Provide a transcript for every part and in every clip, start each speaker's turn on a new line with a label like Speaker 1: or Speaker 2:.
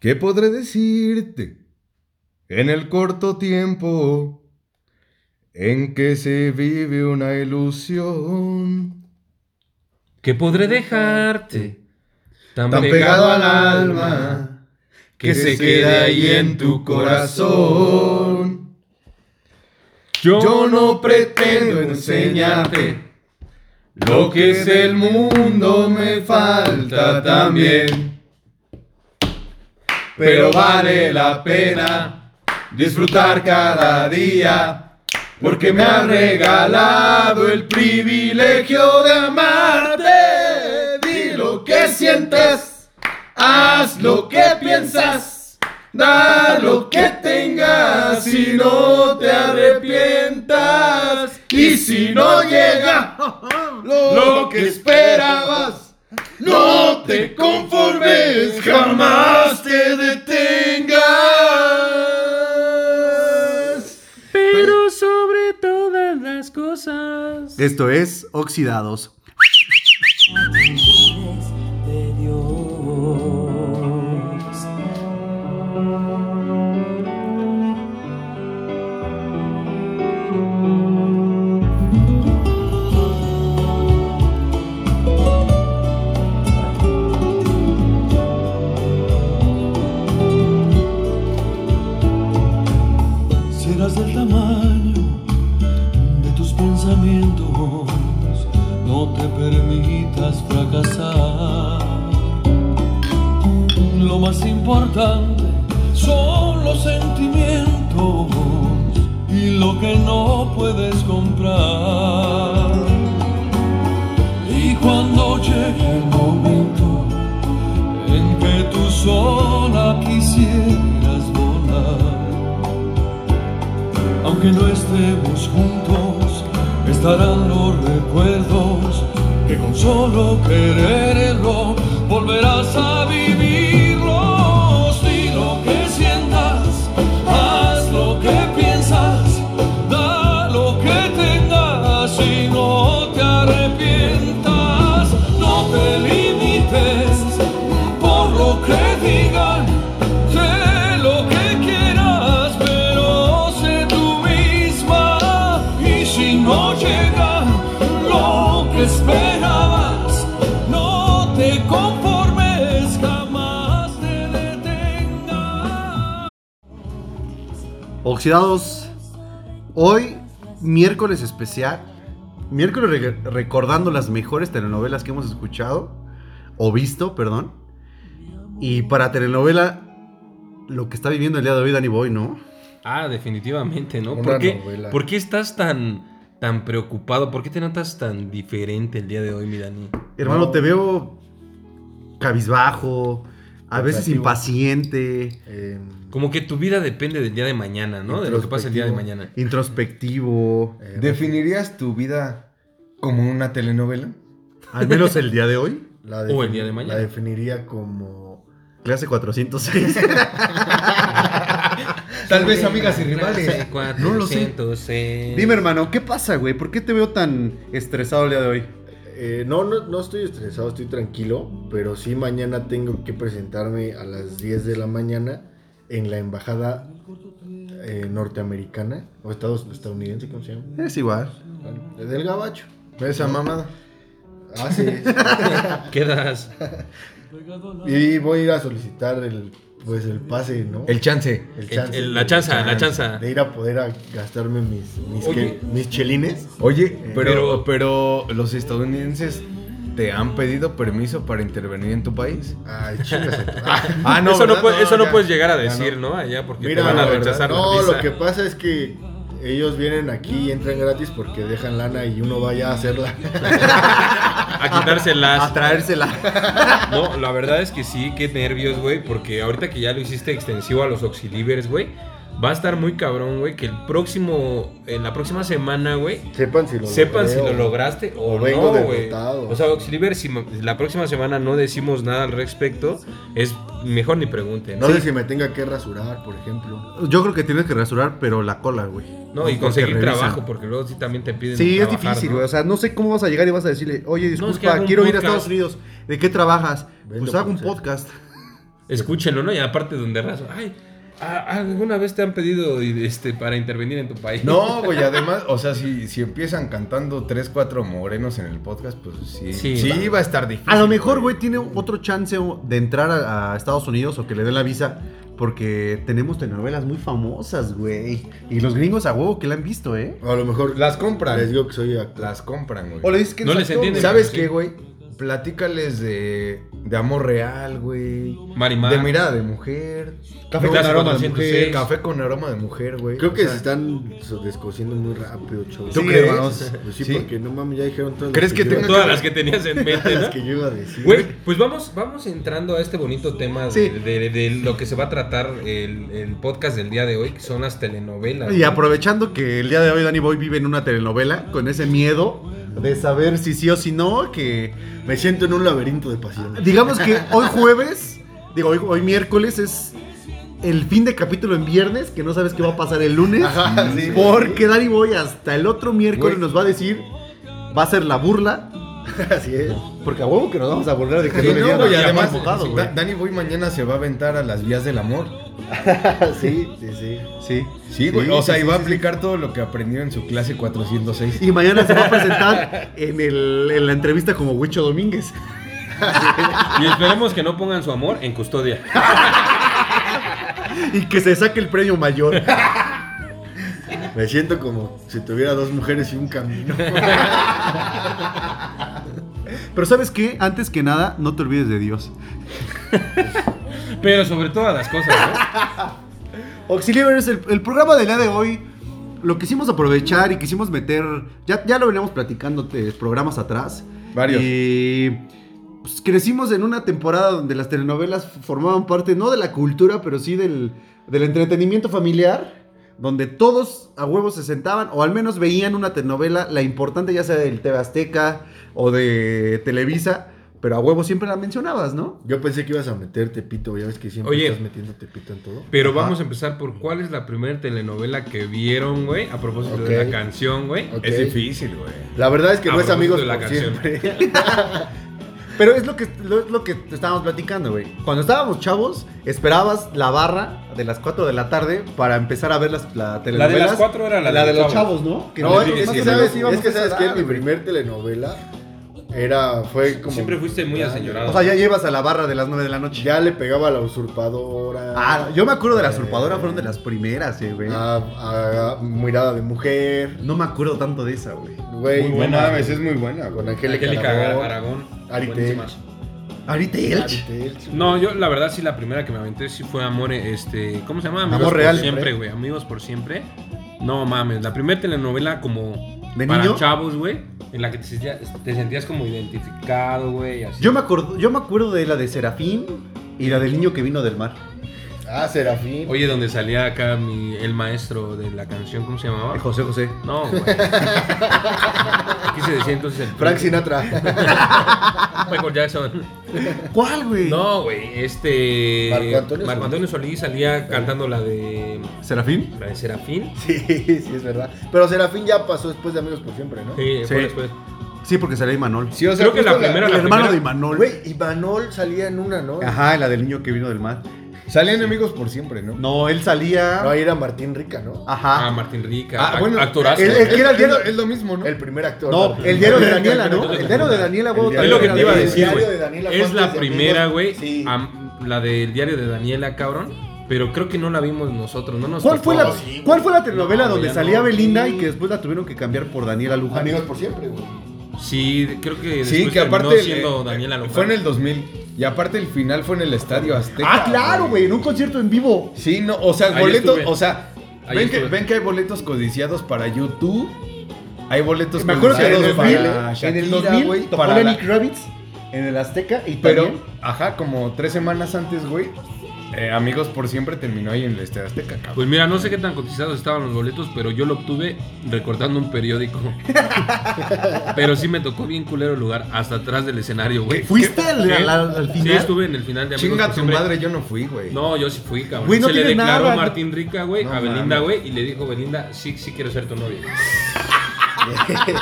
Speaker 1: ¿Qué podré decirte en el corto tiempo en que se vive una ilusión?
Speaker 2: Que podré dejarte tan,
Speaker 1: Tan
Speaker 2: pegado
Speaker 1: pegado
Speaker 2: al
Speaker 1: al
Speaker 2: alma
Speaker 1: alma,
Speaker 2: que se queda ahí en tu corazón.
Speaker 1: Yo no pretendo enseñarte lo que es el mundo, me falta también. Pero vale la pena disfrutar cada día, porque me ha regalado el privilegio de amarte. Di lo que sientes, haz lo que piensas, da lo que tengas y no te arrepientas. Y si no llega lo que esperabas. No te conformes, jamás te detengas.
Speaker 2: Pero sobre todas las cosas.
Speaker 3: Esto es Oxidados.
Speaker 4: de Dios. Si eras del tamaño de tus pensamientos, no te permitas fracasar. Lo más importante son los sentimientos y lo que no puedes comprar. Y cuando llegue el momento en que tú sola quisieras volar, aunque no estemos juntos, estarán los recuerdos que con solo quererlo volverás a vivirlo. Si lo que sientas, haz lo que piensas, da lo que tengas y no te arrepientas, no te limites por lo que digan. Sé lo que quieras, pero sé tú misma. Y si no llega lo que esperabas, no te conformes, jamás te detengas.
Speaker 3: Oxidados, hoy miércoles especial, miércoles re- recordando las mejores telenovelas que hemos escuchado, o visto, perdón. Y para telenovela, lo que está viviendo el día de hoy Danny Boy, ¿no?
Speaker 2: Ah, definitivamente, ¿no?
Speaker 1: Una
Speaker 2: ¿Por qué,
Speaker 1: novela.
Speaker 2: por qué estás tan, tan preocupado? ¿Por qué te notas tan diferente el día de hoy, mi Dani?
Speaker 3: Hermano,
Speaker 1: No.
Speaker 3: te veo cabizbajo, a veces
Speaker 1: Pensativo.
Speaker 3: impaciente,
Speaker 1: Eh,
Speaker 5: Em,
Speaker 2: Como que tu vida depende del día de mañana, ¿no? De lo que pasa el día de
Speaker 1: Introspectivo.
Speaker 2: mañana.
Speaker 3: introspectivo,
Speaker 1: eh, ¿Definirías tu vida como una telenovela?
Speaker 3: al menos el día de hoy,
Speaker 5: La
Speaker 2: O el
Speaker 5: defini-
Speaker 2: día de mañana.
Speaker 5: La definiría como.
Speaker 3: clase 406.
Speaker 1: Tal vez amigas y rivales.
Speaker 2: No
Speaker 3: No
Speaker 2: lo
Speaker 3: lo sé. Dime, hermano, ¿qué pasa, güey? ¿Por qué te veo tan estresado el día de hoy?
Speaker 5: eh, no, no, no estoy estresado, estoy tranquilo, pero sí mañana tengo que presentarme a las 10 de la mañana en la embajada eh, norteamericana o Estados, estadounidense, ¿cómo se llama? Eh,
Speaker 3: Es igual.
Speaker 5: Del Gabacho.
Speaker 1: Esa mamada.
Speaker 5: Ah, sí.
Speaker 2: Quedas.
Speaker 5: y voy a ir a solicitar el, pues, el pase, ¿no?
Speaker 1: El chance.
Speaker 5: El
Speaker 2: el- la chanza, la chanza.
Speaker 5: De ir a poder a gastarme mis, mis,
Speaker 2: Oye.
Speaker 5: que- mis chelines.
Speaker 1: Oye,
Speaker 2: pero-
Speaker 1: Eh, pero, pero los estadounidenses te han pedido permiso para intervenir en tu país.
Speaker 5: Ay, chingas. a tu-
Speaker 1: Ah,
Speaker 2: eso no,
Speaker 1: ¿verdad?
Speaker 2: puede- eso no
Speaker 1: ya.
Speaker 2: puedes llegar a
Speaker 1: Ya
Speaker 2: decir,
Speaker 1: no.
Speaker 2: ¿no? Allá porque
Speaker 5: Mira,
Speaker 2: te van a
Speaker 5: la verdad,
Speaker 2: rechazar la
Speaker 5: no,
Speaker 2: visa.
Speaker 5: lo que pasa es que ellos vienen aquí y entran gratis porque dejan lana y uno vaya a hacerla.
Speaker 2: A quitárselas.
Speaker 3: A traérsela.
Speaker 2: No, la verdad es que sí, qué nervios, güey, porque ahorita que ya lo hiciste extensivo a los auxilivers, güey, va a estar muy cabrón, güey, que el próximo, en la próxima semana, güey,
Speaker 5: Sepan si lo
Speaker 2: sepan
Speaker 5: logré
Speaker 2: si lo
Speaker 5: o-
Speaker 2: lograste o,
Speaker 5: o vengo
Speaker 2: no, güey.
Speaker 5: derrotado.
Speaker 2: O sea, auxiliver, si ma- la próxima semana no decimos nada al respecto, es mejor ni pregunten.
Speaker 5: No
Speaker 2: No,
Speaker 5: sé si me tenga que rasurar, por ejemplo.
Speaker 3: Yo creo que tienes que rasurar, pero la cola, güey.
Speaker 2: No, y
Speaker 3: Porque
Speaker 2: conseguir
Speaker 3: revisan.
Speaker 2: trabajo, porque luego sí también te piden
Speaker 3: Sí, es
Speaker 2: trabajar,
Speaker 3: difícil,
Speaker 2: ¿no?
Speaker 3: güey. O sea, no sé cómo vas a llegar y vas a decirle, oye,
Speaker 2: No,
Speaker 3: disculpa,
Speaker 2: es que hago un
Speaker 3: quiero ir a
Speaker 2: podcast.
Speaker 3: Estados Unidos. ¿De qué trabajas?
Speaker 5: Vendo
Speaker 3: pues hago un
Speaker 5: pulseras.
Speaker 3: podcast.
Speaker 2: Escúchenlo, ¿no? Y aparte donde raso, ay, ¿a- ¿alguna vez te han pedido este, para intervenir en tu país?
Speaker 1: No, güey, además, o sea, si, si empiezan cantando 3, 4 morenos en el podcast, pues sí,
Speaker 2: Sí,
Speaker 1: sí,
Speaker 2: va.
Speaker 1: va. a estar difícil.
Speaker 3: A lo mejor, güey, tiene otro chance de entrar a, a Estados Unidos o que le den la visa. Porque tenemos telenovelas muy famosas, güey. Y los gringos a huevo que la han visto, ¿eh?
Speaker 5: O a lo mejor
Speaker 1: Las compran.
Speaker 5: les digo que soy actor.
Speaker 1: Las compran, güey.
Speaker 5: O le dices que
Speaker 2: No
Speaker 5: eres
Speaker 2: les
Speaker 5: actor,
Speaker 2: entienden.
Speaker 1: ¿Sabes
Speaker 2: sí.
Speaker 1: qué, güey? Platícales de, de amor real, güey.
Speaker 2: Marimar.
Speaker 1: De mirada de mujer.
Speaker 5: Café
Speaker 1: No,
Speaker 5: con
Speaker 1: café
Speaker 2: aroma de
Speaker 1: mujer,
Speaker 2: mujer.
Speaker 1: Café con aroma de mujer, güey.
Speaker 5: güey. Creo
Speaker 1: O
Speaker 5: que
Speaker 1: sea,
Speaker 5: se están so- descosiendo muy rápido, chavos.
Speaker 1: ¿Tú
Speaker 5: Sí,
Speaker 1: crees?
Speaker 5: ¿eh? Pues sí,
Speaker 1: Sí.
Speaker 5: porque no mames, ya dijeron todas las
Speaker 1: ¿Crees que
Speaker 5: yo iba-
Speaker 1: tenga
Speaker 2: Todas las que tenías en mente,
Speaker 5: las
Speaker 2: ¿no?
Speaker 5: que yo iba a decir?
Speaker 2: Güey, pues vamos, vamos entrando a este bonito tema de,
Speaker 3: Sí.
Speaker 2: de- de- de lo que se va a tratar el, el podcast del día de hoy, que son las telenovelas.
Speaker 3: Y aprovechando que el día de hoy Danny Boy vive en una telenovela con ese miedo de saber si sí o si no, que
Speaker 5: Me siento en un laberinto de pasión.
Speaker 3: digamos que hoy jueves, digo, hoy, hoy miércoles es el fin de capítulo en viernes, que no sabes qué va a pasar el lunes.
Speaker 5: Ajá, sí.
Speaker 3: Porque Danny Boy hasta el otro miércoles
Speaker 1: Güey.
Speaker 3: nos va a decir, va a ser la burla.
Speaker 5: Así es.
Speaker 3: Porque a huevo que nos vamos a burlar de que
Speaker 1: Sí,
Speaker 3: no
Speaker 1: no,
Speaker 3: venían
Speaker 1: güey,
Speaker 3: aquí a
Speaker 1: además,
Speaker 3: mal bocados, güey.
Speaker 1: Da- Danny Boy mañana se va a aventar a las vías del amor.
Speaker 5: Sí, sí, sí.
Speaker 3: Sí.
Speaker 1: Sí, güey. o sea,
Speaker 3: sí,
Speaker 1: y va
Speaker 3: sí,
Speaker 1: a aplicar todo lo que aprendió en su clase 406.
Speaker 3: sí. Y mañana se va a presentar en, el, en la entrevista como Huicho Domínguez.
Speaker 2: Y esperemos que no pongan su amor en custodia.
Speaker 3: Y que se saque el premio mayor.
Speaker 5: Me siento como si tuviera dos mujeres y un camino.
Speaker 3: Pero ¿sabes qué? Antes que nada, no te olvides de Dios.
Speaker 2: Pero sobre todas las cosas, ¿no?
Speaker 3: Auxiliares, el, el programa del día de hoy, lo quisimos aprovechar y quisimos meter, ya, ya lo veníamos platicando te- programas atrás.
Speaker 1: Varios.
Speaker 3: Y pues, crecimos en una temporada donde las telenovelas formaban parte, no de la cultura, pero sí del, del entretenimiento familiar, donde todos a huevos se sentaban o al menos veían una telenovela, la importante ya sea del TV Azteca o de Televisa, pero a huevos siempre la mencionabas, ¿no?
Speaker 5: Yo pensé que ibas a meter Tepito, ya ves que siempre
Speaker 2: Oye.
Speaker 5: estás metiendo Tepito en todo.
Speaker 2: Pero vamos a empezar por cuál es la primera telenovela que vieron, güey, a propósito de
Speaker 5: Ok.
Speaker 2: la canción, güey.
Speaker 5: Ok.
Speaker 2: Es difícil, güey.
Speaker 5: La verdad
Speaker 3: Ah.
Speaker 5: es que
Speaker 2: A
Speaker 5: no es
Speaker 2: propósito
Speaker 5: amigos
Speaker 2: de la
Speaker 5: por
Speaker 2: canción.
Speaker 5: siempre.
Speaker 3: Pero es lo que, lo, es lo que te estábamos platicando, güey. Cuando estábamos chavos, esperabas la barra de las 4 de la tarde para empezar a ver las la telenovelas.
Speaker 2: las 4 era la de
Speaker 3: de,
Speaker 2: los
Speaker 3: los
Speaker 2: chavos.
Speaker 3: chavos, ¿no? Que
Speaker 5: No,
Speaker 2: Sí,
Speaker 5: es
Speaker 2: sí,
Speaker 5: que
Speaker 2: sí.
Speaker 5: sabes,
Speaker 3: íbamos
Speaker 5: es que
Speaker 3: a
Speaker 5: sabes
Speaker 3: esa
Speaker 5: que
Speaker 3: edad,
Speaker 5: mi
Speaker 3: güey.
Speaker 5: primer telenovela era, fue como...
Speaker 2: Siempre fuiste muy aseñorado.
Speaker 3: O sea, ya llevas a la barra de las 9 de la noche.
Speaker 5: Ya le pegaba a la usurpadora.
Speaker 3: Ah, yo me acuerdo de la usurpadora,
Speaker 5: Eh, Ah.
Speaker 3: fueron de las primeras, eh, güey.
Speaker 5: A, a mirada de mujer.
Speaker 3: No me acuerdo tanto de esa, güey.
Speaker 5: Güey,
Speaker 1: Muy buena, a veces es muy buena,
Speaker 5: Con
Speaker 1: güey.
Speaker 5: Angélica,
Speaker 2: Angélica
Speaker 5: Aragón,
Speaker 2: Aragón.
Speaker 5: Ari
Speaker 2: Buenísima.
Speaker 5: Telch.
Speaker 3: Ahorita Elch.
Speaker 5: Ari Telch.
Speaker 2: No, yo la verdad sí la primera que me aventé sí fue Amor, este, ¿cómo se llama?
Speaker 3: Amor
Speaker 2: por
Speaker 3: Real.
Speaker 2: siempre, güey, Amigos por siempre. No mames, la primera telenovela como
Speaker 3: ¿De
Speaker 2: para
Speaker 3: niño?
Speaker 2: chavos, güey, en la que te sentías, te sentías como identificado, güey, así.
Speaker 3: Yo me acuerdo, yo me acuerdo de la de Serafín y la del niño que vino del mar.
Speaker 5: Ah, Serafín.
Speaker 2: Oye, donde salía acá mi, el maestro de la canción, ¿cómo se llamaba?
Speaker 3: Eh, José José.
Speaker 2: No, güey. Quise decir entonces el
Speaker 5: Frank Sinatra.
Speaker 2: Michael Jackson.
Speaker 3: ¿Cuál, güey?
Speaker 2: No, güey, este
Speaker 5: Marco Antonio
Speaker 2: Marco Antonio Solís salía cantando la de
Speaker 3: ¿Serafín?
Speaker 2: la de Serafín.
Speaker 5: sí, sí, es verdad. Pero Serafín ya pasó después de Amigos por Siempre, ¿no?
Speaker 2: Sí,
Speaker 3: Sí.
Speaker 2: fue después.
Speaker 3: Sí, porque salía Imanol.
Speaker 1: Sí, o
Speaker 2: Creo que
Speaker 1: justo
Speaker 2: la primera-
Speaker 3: El
Speaker 2: la
Speaker 3: hermano
Speaker 2: primera-
Speaker 3: de Imanol.
Speaker 5: Güey, y Manol salía en una, ¿no?
Speaker 3: Ajá, la del niño que vino del mar.
Speaker 1: Salían amigos por siempre, ¿no?
Speaker 3: No, él salía.
Speaker 5: No, ahí era Martín Rica, ¿no?
Speaker 2: Ah,
Speaker 3: Ajá.
Speaker 2: Martín Rica,
Speaker 1: Ah,
Speaker 2: ac-
Speaker 1: bueno,
Speaker 2: actorazo.
Speaker 3: el- el- que era
Speaker 1: Es lo-
Speaker 3: diario-
Speaker 1: es lo mismo, ¿no?
Speaker 5: El primer actor.
Speaker 3: no,
Speaker 5: Martín
Speaker 3: el
Speaker 5: Rica.
Speaker 3: diario de Daniela, ¿no? El diario de Daniela, güey.
Speaker 5: El
Speaker 2: Es lo que te iba a
Speaker 5: El
Speaker 2: decir,
Speaker 5: diario
Speaker 2: güey.
Speaker 5: de Daniela
Speaker 2: Es
Speaker 5: Fuentes
Speaker 2: la
Speaker 5: de
Speaker 2: primera,
Speaker 5: Amigos.
Speaker 2: güey.
Speaker 5: Sí.
Speaker 2: am- La del diario de Daniela, cabrón. Pero creo que no la vimos nosotros, no nos
Speaker 3: ¿Cuál
Speaker 2: tocó.
Speaker 3: fue, la,
Speaker 5: sí, güey.
Speaker 3: ¿Cuál fue la telenovela
Speaker 2: No,
Speaker 3: donde
Speaker 2: ya
Speaker 3: salía
Speaker 2: no.
Speaker 3: Belinda y que después la tuvieron que cambiar por Daniela Luján?
Speaker 5: Amigos por Siempre, güey.
Speaker 2: Sí, creo que después
Speaker 1: Sí, que
Speaker 2: terminó
Speaker 1: aparte
Speaker 2: siendo
Speaker 1: eh,
Speaker 2: Daniela Luján.
Speaker 1: fue en el 2000 y aparte el final fue en el Estadio Azteca.
Speaker 3: Ah, claro, güey, en un concierto en vivo.
Speaker 1: Sí, no, o sea,
Speaker 2: Ahí
Speaker 1: boletos,
Speaker 2: estuve.
Speaker 1: o sea,
Speaker 2: Ahí
Speaker 1: ven que,
Speaker 2: estuve.
Speaker 1: ven que hay boletos codiciados para YouTube. Hay boletos
Speaker 3: Me acuerdo que en el
Speaker 1: codiciados
Speaker 3: 2000,
Speaker 1: para
Speaker 3: en el
Speaker 1: Shakira,
Speaker 3: 2000
Speaker 1: güey,
Speaker 3: tocó
Speaker 1: para
Speaker 3: la
Speaker 1: la-
Speaker 3: Nick Kravitz en el Azteca y
Speaker 1: Pero,
Speaker 3: también-
Speaker 1: ajá, como tres semanas antes, güey, eh, Amigos por Siempre terminó ahí en el Estadio Azteca, cabrón.
Speaker 2: Pues mira, no sé qué tan cotizados estaban los boletos, pero yo lo obtuve recortando un periódico. pero sí me tocó bien culero el lugar, hasta atrás del escenario, güey.
Speaker 3: ¿Fuiste al,
Speaker 2: Sí.
Speaker 3: al- al- al
Speaker 2: Sí,
Speaker 3: final?
Speaker 2: estuve en el final de Pues, Amigos
Speaker 1: Chinga
Speaker 2: por
Speaker 1: tu
Speaker 2: Siempre.
Speaker 1: madre, yo no fui, güey.
Speaker 2: No, yo sí fui, cabrón.
Speaker 3: Güey, no
Speaker 2: Se le
Speaker 3: tiene
Speaker 2: declaró
Speaker 3: nada.
Speaker 2: Martín Rica, güey,
Speaker 1: No
Speaker 2: a Belinda,
Speaker 1: mames.
Speaker 2: güey, y le dijo Belinda, sí, sí quiero ser tu novia.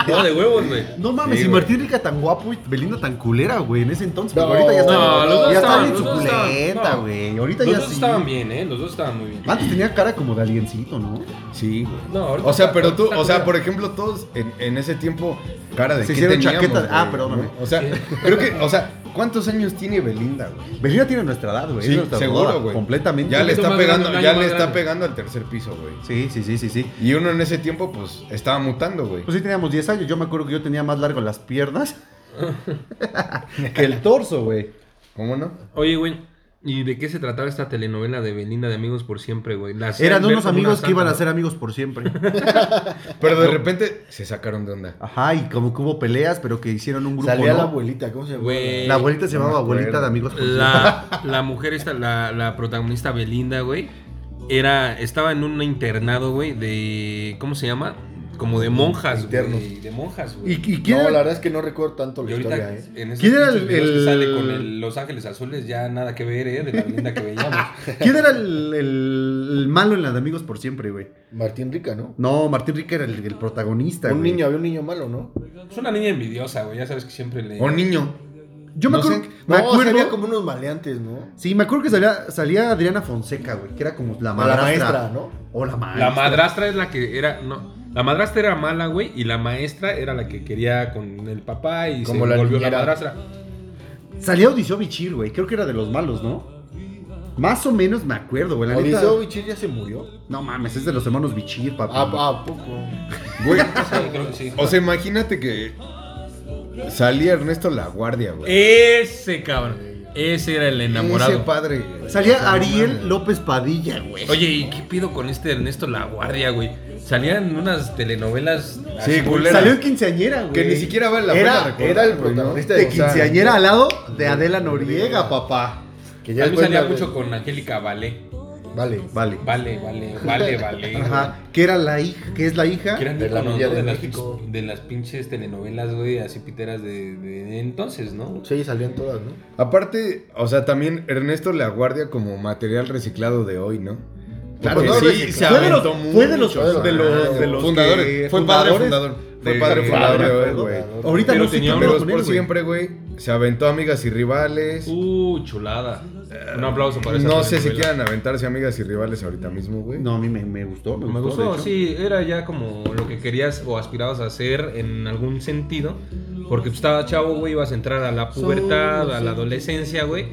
Speaker 2: No, de huevos, güey.
Speaker 3: No mames,
Speaker 2: Sí,
Speaker 3: y
Speaker 2: güey.
Speaker 3: Martín Rica tan guapo y Belinda tan culera, güey, en ese entonces.
Speaker 5: No,
Speaker 3: porque ahorita ya están,
Speaker 2: no, los dos
Speaker 3: ya están
Speaker 2: estaban-
Speaker 3: en
Speaker 2: los dos estaban-
Speaker 3: suculenta,
Speaker 2: no.
Speaker 3: güey. Ahorita
Speaker 2: Los
Speaker 3: ya
Speaker 2: dos
Speaker 3: sí.
Speaker 2: estaban bien, ¿eh? Los dos estaban muy bien.
Speaker 3: Antes tenía cara como de aliencito, ¿no?
Speaker 1: Sí, güey.
Speaker 2: No, ahorita
Speaker 1: O sea,
Speaker 2: está-
Speaker 1: pero tú,
Speaker 2: está
Speaker 1: o sea,
Speaker 2: culera.
Speaker 1: por ejemplo, todos en, en ese tiempo, cara de
Speaker 3: Se
Speaker 1: qué
Speaker 3: hicieron
Speaker 1: teníamos,
Speaker 3: chaquetas. Ah,
Speaker 1: güey,
Speaker 3: perdóname.
Speaker 1: ¿no? O sea, creo que, o sea, ¿cuántos años tiene Belinda, güey?
Speaker 3: Belinda tiene nuestra edad, güey. es
Speaker 1: Sí,
Speaker 3: nuestra
Speaker 1: seguro,
Speaker 3: rodada,
Speaker 1: güey.
Speaker 3: Completamente.
Speaker 1: Ya le
Speaker 2: poquito
Speaker 1: está
Speaker 2: más
Speaker 1: pegando,
Speaker 2: grande, un
Speaker 1: ya
Speaker 2: año
Speaker 1: le
Speaker 2: más
Speaker 1: está
Speaker 2: grande.
Speaker 1: pegando al tercer piso, güey.
Speaker 3: Sí, sí, sí, sí, sí.
Speaker 1: Y uno en ese tiempo, pues, estaba mutando, güey.
Speaker 3: Pues sí teníamos 10 años. Yo me acuerdo que yo tenía más largo las piernas que el torso, güey.
Speaker 1: ¿Cómo no?
Speaker 2: Oye, güey, ¿y de qué se trataba esta telenovela de Belinda de Amigos por Siempre, güey? La hacían
Speaker 3: Eran
Speaker 2: ver
Speaker 3: unos
Speaker 2: como una
Speaker 3: amigos que
Speaker 2: santa,
Speaker 3: iban a
Speaker 2: ¿no?
Speaker 3: ser amigos por siempre.
Speaker 1: Pero de repente se sacaron de onda.
Speaker 3: Ajá, y como que hubo peleas, pero que hicieron un grupo.
Speaker 5: Salía
Speaker 3: ¿no?
Speaker 5: la abuelita, ¿cómo se llama?
Speaker 2: Güey.
Speaker 3: La abuelita se
Speaker 1: No me
Speaker 3: llamaba
Speaker 1: acuerdo.
Speaker 3: abuelita de amigos por siempre.
Speaker 2: La, la mujer esta, la, la protagonista Belinda, güey, era, estaba en un internado, güey, de, ¿cómo se llama? Como de monjas,
Speaker 5: Internos.
Speaker 2: güey. De monjas,
Speaker 3: ¿Y,
Speaker 2: güey.
Speaker 3: y
Speaker 5: No,
Speaker 3: quién
Speaker 5: la
Speaker 3: era?
Speaker 5: verdad es que no recuerdo tanto la
Speaker 2: Y ahorita,
Speaker 5: historia, ¿eh?
Speaker 2: en esos
Speaker 3: ¿Quién era
Speaker 2: pinches
Speaker 3: el-
Speaker 2: videos que sale
Speaker 3: el-
Speaker 2: con el Los Ángeles Azules, ya nada que ver, ¿eh? De la Belinda que veíamos.
Speaker 3: ¿Quién era el, el- el malo en la de amigos por siempre, güey?
Speaker 5: Martín Rica, ¿no?
Speaker 3: No, Martín Rica era el, el protagonista,
Speaker 5: Un
Speaker 3: güey.
Speaker 5: niño, había un niño malo, ¿no?
Speaker 2: Es una niña envidiosa, güey, ya sabes que siempre le...
Speaker 1: O niño.
Speaker 3: Yo me
Speaker 1: No
Speaker 3: acuerdo.
Speaker 1: sé.
Speaker 3: que-
Speaker 5: No,
Speaker 3: me acuerdo-
Speaker 5: salía como unos maleantes, ¿no?
Speaker 3: Sí, me acuerdo que salía, salía Adriana Fonseca, güey, que era como la
Speaker 5: A
Speaker 3: madrastra.
Speaker 5: la maestra, ¿no?
Speaker 3: O la maestra.
Speaker 2: La madrastra es la que era... No, la madrastra era mala, güey, y la maestra era la que quería con el papá y
Speaker 5: Como
Speaker 2: se
Speaker 5: la
Speaker 2: volvió la
Speaker 5: niñera.
Speaker 2: madrastra.
Speaker 3: Salía Odiseo Bichir, güey. Creo que era de los malos, ¿no? Más o menos me acuerdo, güey. La neta-
Speaker 5: Odiseo Bichir ya se murió. Ah,
Speaker 3: No mames, es de los hermanos Bichir, papá.
Speaker 5: ¿A, a poco?
Speaker 1: Güey,
Speaker 2: Sí, creo que sí.
Speaker 1: o sea, imagínate que salía Ernesto La Guardia, güey.
Speaker 2: Ese cabrón. Ese era el
Speaker 1: Ese
Speaker 2: enamorado.
Speaker 1: padre. güey. O sea,
Speaker 3: Eh, Salía
Speaker 1: no
Speaker 3: Ariel
Speaker 1: mames.
Speaker 3: López Padilla, güey.
Speaker 2: Oye, ¿y qué pido con este Ernesto La Guardia, güey? Salían unas telenovelas.
Speaker 1: Sí,
Speaker 2: así,
Speaker 1: culero.
Speaker 3: Salió en quinceañera, güey.
Speaker 1: Que ni siquiera vale la
Speaker 3: Era-
Speaker 1: pena recordar,
Speaker 5: Era el
Speaker 1: güey, ¿no?
Speaker 5: protagonista
Speaker 3: de
Speaker 5: o sea,
Speaker 3: quinceañera al lado de Adela Noriega, papá.
Speaker 5: Que
Speaker 2: A mí
Speaker 5: después
Speaker 2: salía
Speaker 5: la-
Speaker 2: mucho con Angélica Vale.
Speaker 5: Vale.
Speaker 3: Vale.
Speaker 2: Vale, vale, vale, vale.
Speaker 3: Ajá. Que era la hija, que es la hija.
Speaker 2: Que eran
Speaker 5: De la
Speaker 2: íconos,
Speaker 5: Villa
Speaker 2: ¿no?
Speaker 5: de
Speaker 2: las,
Speaker 5: México.
Speaker 2: pinches- de las pinches telenovelas, güey, así piteras de, de entonces, ¿no?
Speaker 5: Sí, salían todas, ¿no?
Speaker 1: Aparte, o sea, también Ernesto La Guardia como material reciclado de hoy, ¿no?
Speaker 5: Claro,
Speaker 1: Porque
Speaker 5: no,
Speaker 1: sí,
Speaker 5: reciclado.
Speaker 1: se
Speaker 3: Fue de los-
Speaker 1: aventó
Speaker 3: fue de los-
Speaker 1: mucho,
Speaker 5: de los- de los
Speaker 1: fundadores.
Speaker 3: que-
Speaker 1: fue padre
Speaker 3: fundadores.
Speaker 1: fundador. Fue
Speaker 3: De-
Speaker 1: padre
Speaker 3: de-
Speaker 1: fundador de hoy,
Speaker 3: fundador,
Speaker 1: güey.
Speaker 3: Ahorita
Speaker 2: Pero
Speaker 3: no sé qué
Speaker 2: tenía
Speaker 3: pedo
Speaker 1: Pero
Speaker 3: con
Speaker 1: por
Speaker 3: él, güey.
Speaker 1: siempre, güey, se aventó Amigas y Rivales.
Speaker 2: Uh, chulada. Un aplauso para esa
Speaker 1: no sé si
Speaker 2: telenovela.
Speaker 1: quieran aventarse Amigas y Rivales ahorita mismo, güey.
Speaker 3: No, a mí me, me gustó, me,
Speaker 2: Me
Speaker 3: gustó. de
Speaker 2: gustó,
Speaker 3: hecho.
Speaker 2: sí, era ya como lo que querías o aspirabas a hacer en algún sentido. Porque pues, estaba chavo, güey, ibas a entrar a la pubertad, a la adolescencia, güey.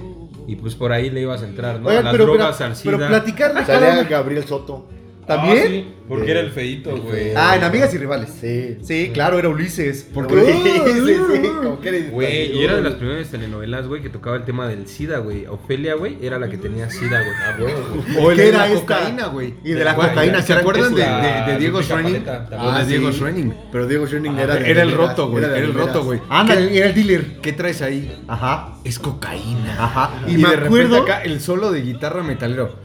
Speaker 2: Y pues por ahí le ibas a entrar, ¿no?
Speaker 3: Oigan,
Speaker 2: a las
Speaker 3: pero,
Speaker 2: drogas,
Speaker 3: pero,
Speaker 2: al
Speaker 3: pero
Speaker 2: SIDA.
Speaker 3: platicar de
Speaker 5: Salía
Speaker 3: cada-
Speaker 5: Gabriel Soto.
Speaker 3: ¿También?
Speaker 2: Ah, sí, porque era el feito, güey.
Speaker 3: Ah, en Amigas y Rivales.
Speaker 5: Sí.
Speaker 3: Sí, claro, era Ulises.
Speaker 1: Uh,
Speaker 3: Porque
Speaker 5: sí, sí, como que eres
Speaker 2: Güey,
Speaker 5: tan
Speaker 2: y era de las
Speaker 5: seguro.
Speaker 2: primeras telenovelas, güey, que tocaba el tema del SIDA, güey. Ofelia, güey, era la que tenía SIDA, güey. Ah, güey.
Speaker 3: O el
Speaker 1: ¿Qué
Speaker 3: de
Speaker 1: era
Speaker 3: la
Speaker 1: esta?
Speaker 3: cocaína, güey. Y de la
Speaker 2: Güey,
Speaker 3: cocaína,
Speaker 2: ¿se
Speaker 3: que era-
Speaker 1: acuerdan de, de- de
Speaker 2: la
Speaker 1: Diego
Speaker 2: típica
Speaker 1: Schwenning?
Speaker 2: paleta, ¿te
Speaker 1: O
Speaker 2: acuerdas?
Speaker 1: de Diego
Speaker 5: sí.
Speaker 1: Schwenning.
Speaker 5: Pero Diego Schoening
Speaker 1: Ah, Era,
Speaker 5: era, de
Speaker 1: el
Speaker 5: veras,
Speaker 1: roto, güey.
Speaker 5: era
Speaker 1: Era
Speaker 5: de
Speaker 1: el
Speaker 5: veras.
Speaker 1: roto, güey.
Speaker 3: Ándale, era el dealer.
Speaker 1: ¿Qué traes ahí?
Speaker 3: Ajá,
Speaker 1: Es cocaína.
Speaker 3: ajá.
Speaker 1: Ah, Y,
Speaker 3: Y,
Speaker 1: de
Speaker 3: me
Speaker 1: repente
Speaker 3: acuerdo.
Speaker 1: acá el solo de guitarra metalero.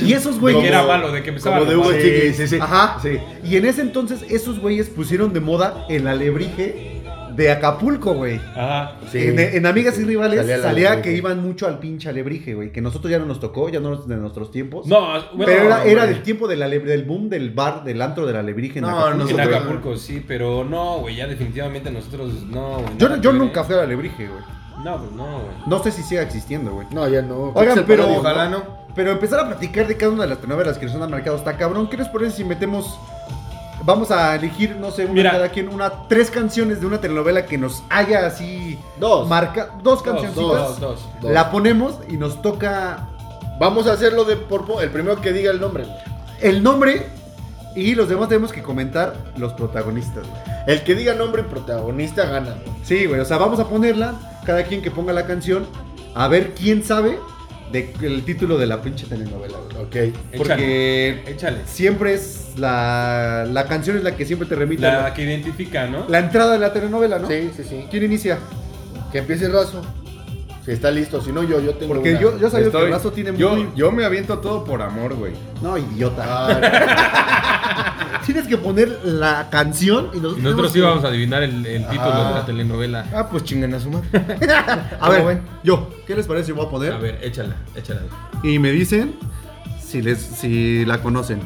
Speaker 3: Y esos güeyes.
Speaker 2: que era malo, de que empezaba
Speaker 5: como
Speaker 2: a
Speaker 5: de Hugo
Speaker 2: robar.
Speaker 5: Chiqui.
Speaker 3: Sí, sí, sí. Ajá. Sí. Y en ese entonces, esos güeyes pusieron de moda el alebrije de Acapulco, güey.
Speaker 2: Ajá.
Speaker 5: Sí.
Speaker 3: En, en Amigas y Rivales
Speaker 5: Salía
Speaker 3: salía,
Speaker 5: el
Speaker 3: que
Speaker 5: alebrije.
Speaker 3: iban mucho al pinche alebrije, güey. Que nosotros ya no nos tocó, ya no es de nuestros tiempos.
Speaker 2: No, bueno,
Speaker 3: pero era, era
Speaker 2: güey.
Speaker 3: del tiempo del, ale- del boom del bar, del antro del alebrije. en
Speaker 1: No,
Speaker 3: Acapulco.
Speaker 2: En
Speaker 1: nosotros-
Speaker 2: Acapulco, sí, pero no, güey, ya definitivamente nosotros no, güey.
Speaker 3: Yo,
Speaker 2: nada
Speaker 3: yo
Speaker 2: que ver,
Speaker 3: nunca
Speaker 2: ¿eh?
Speaker 3: fui al alebrije, güey.
Speaker 2: No, pues no, güey.
Speaker 3: No sé si siga existiendo, güey.
Speaker 5: No, ya no.
Speaker 3: Oigan, pero,
Speaker 1: ojalá no.
Speaker 3: pero empezar a platicar de cada una de las telenovelas que nos han marcado está cabrón. ¿Qué les parece si metemos... Vamos a elegir, no sé, una
Speaker 2: Mira.
Speaker 3: cada quien, una, tres canciones de una telenovela que nos haya así...
Speaker 5: Dos.
Speaker 3: Marca,
Speaker 2: Dos,
Speaker 3: dos
Speaker 2: dos,
Speaker 3: cancioncitas.
Speaker 2: dos.
Speaker 5: dos.
Speaker 3: La ponemos y nos toca
Speaker 5: Vamos a hacerlo de por po- el primero que diga el nombre.
Speaker 3: el nombre y los demás tenemos que comentar los protagonistas. güey.
Speaker 5: El que diga nombre y protagonista gana. güey.
Speaker 3: Sí, güey, o sea, vamos a ponerla, cada quien que ponga la canción, a ver quién sabe del título de la pinche telenovela, güey.
Speaker 5: Ok.
Speaker 3: Porque
Speaker 2: Échale.
Speaker 3: siempre es la, la canción es la que siempre te remite a
Speaker 2: La
Speaker 3: la,
Speaker 2: que identifica, ¿no?
Speaker 3: la entrada de la telenovela, ¿no?
Speaker 5: Sí, sí, sí.
Speaker 3: ¿Quién inicia?
Speaker 5: Que empiece el raso. Si está listo, si no yo, yo tengo
Speaker 3: Porque
Speaker 5: una.
Speaker 3: yo, yo sabía que
Speaker 1: Estoy-
Speaker 3: el lazo tiene muy...
Speaker 1: yo, yo me aviento todo por amor, güey.
Speaker 3: No, idiota.
Speaker 5: Ah,
Speaker 3: Tienes que poner la canción y nosotros...
Speaker 2: Y nosotros
Speaker 3: tenemos que-
Speaker 2: íbamos a adivinar el, el título
Speaker 5: Ajá.
Speaker 2: de la telenovela.
Speaker 1: Ah, pues chingan a su madre.
Speaker 3: A ver,
Speaker 1: ¿Cómo ven?
Speaker 3: yo, ¿qué les parece? si Voy a poner...
Speaker 2: A ver, échala, échala.
Speaker 3: Y me dicen si les si la conocen.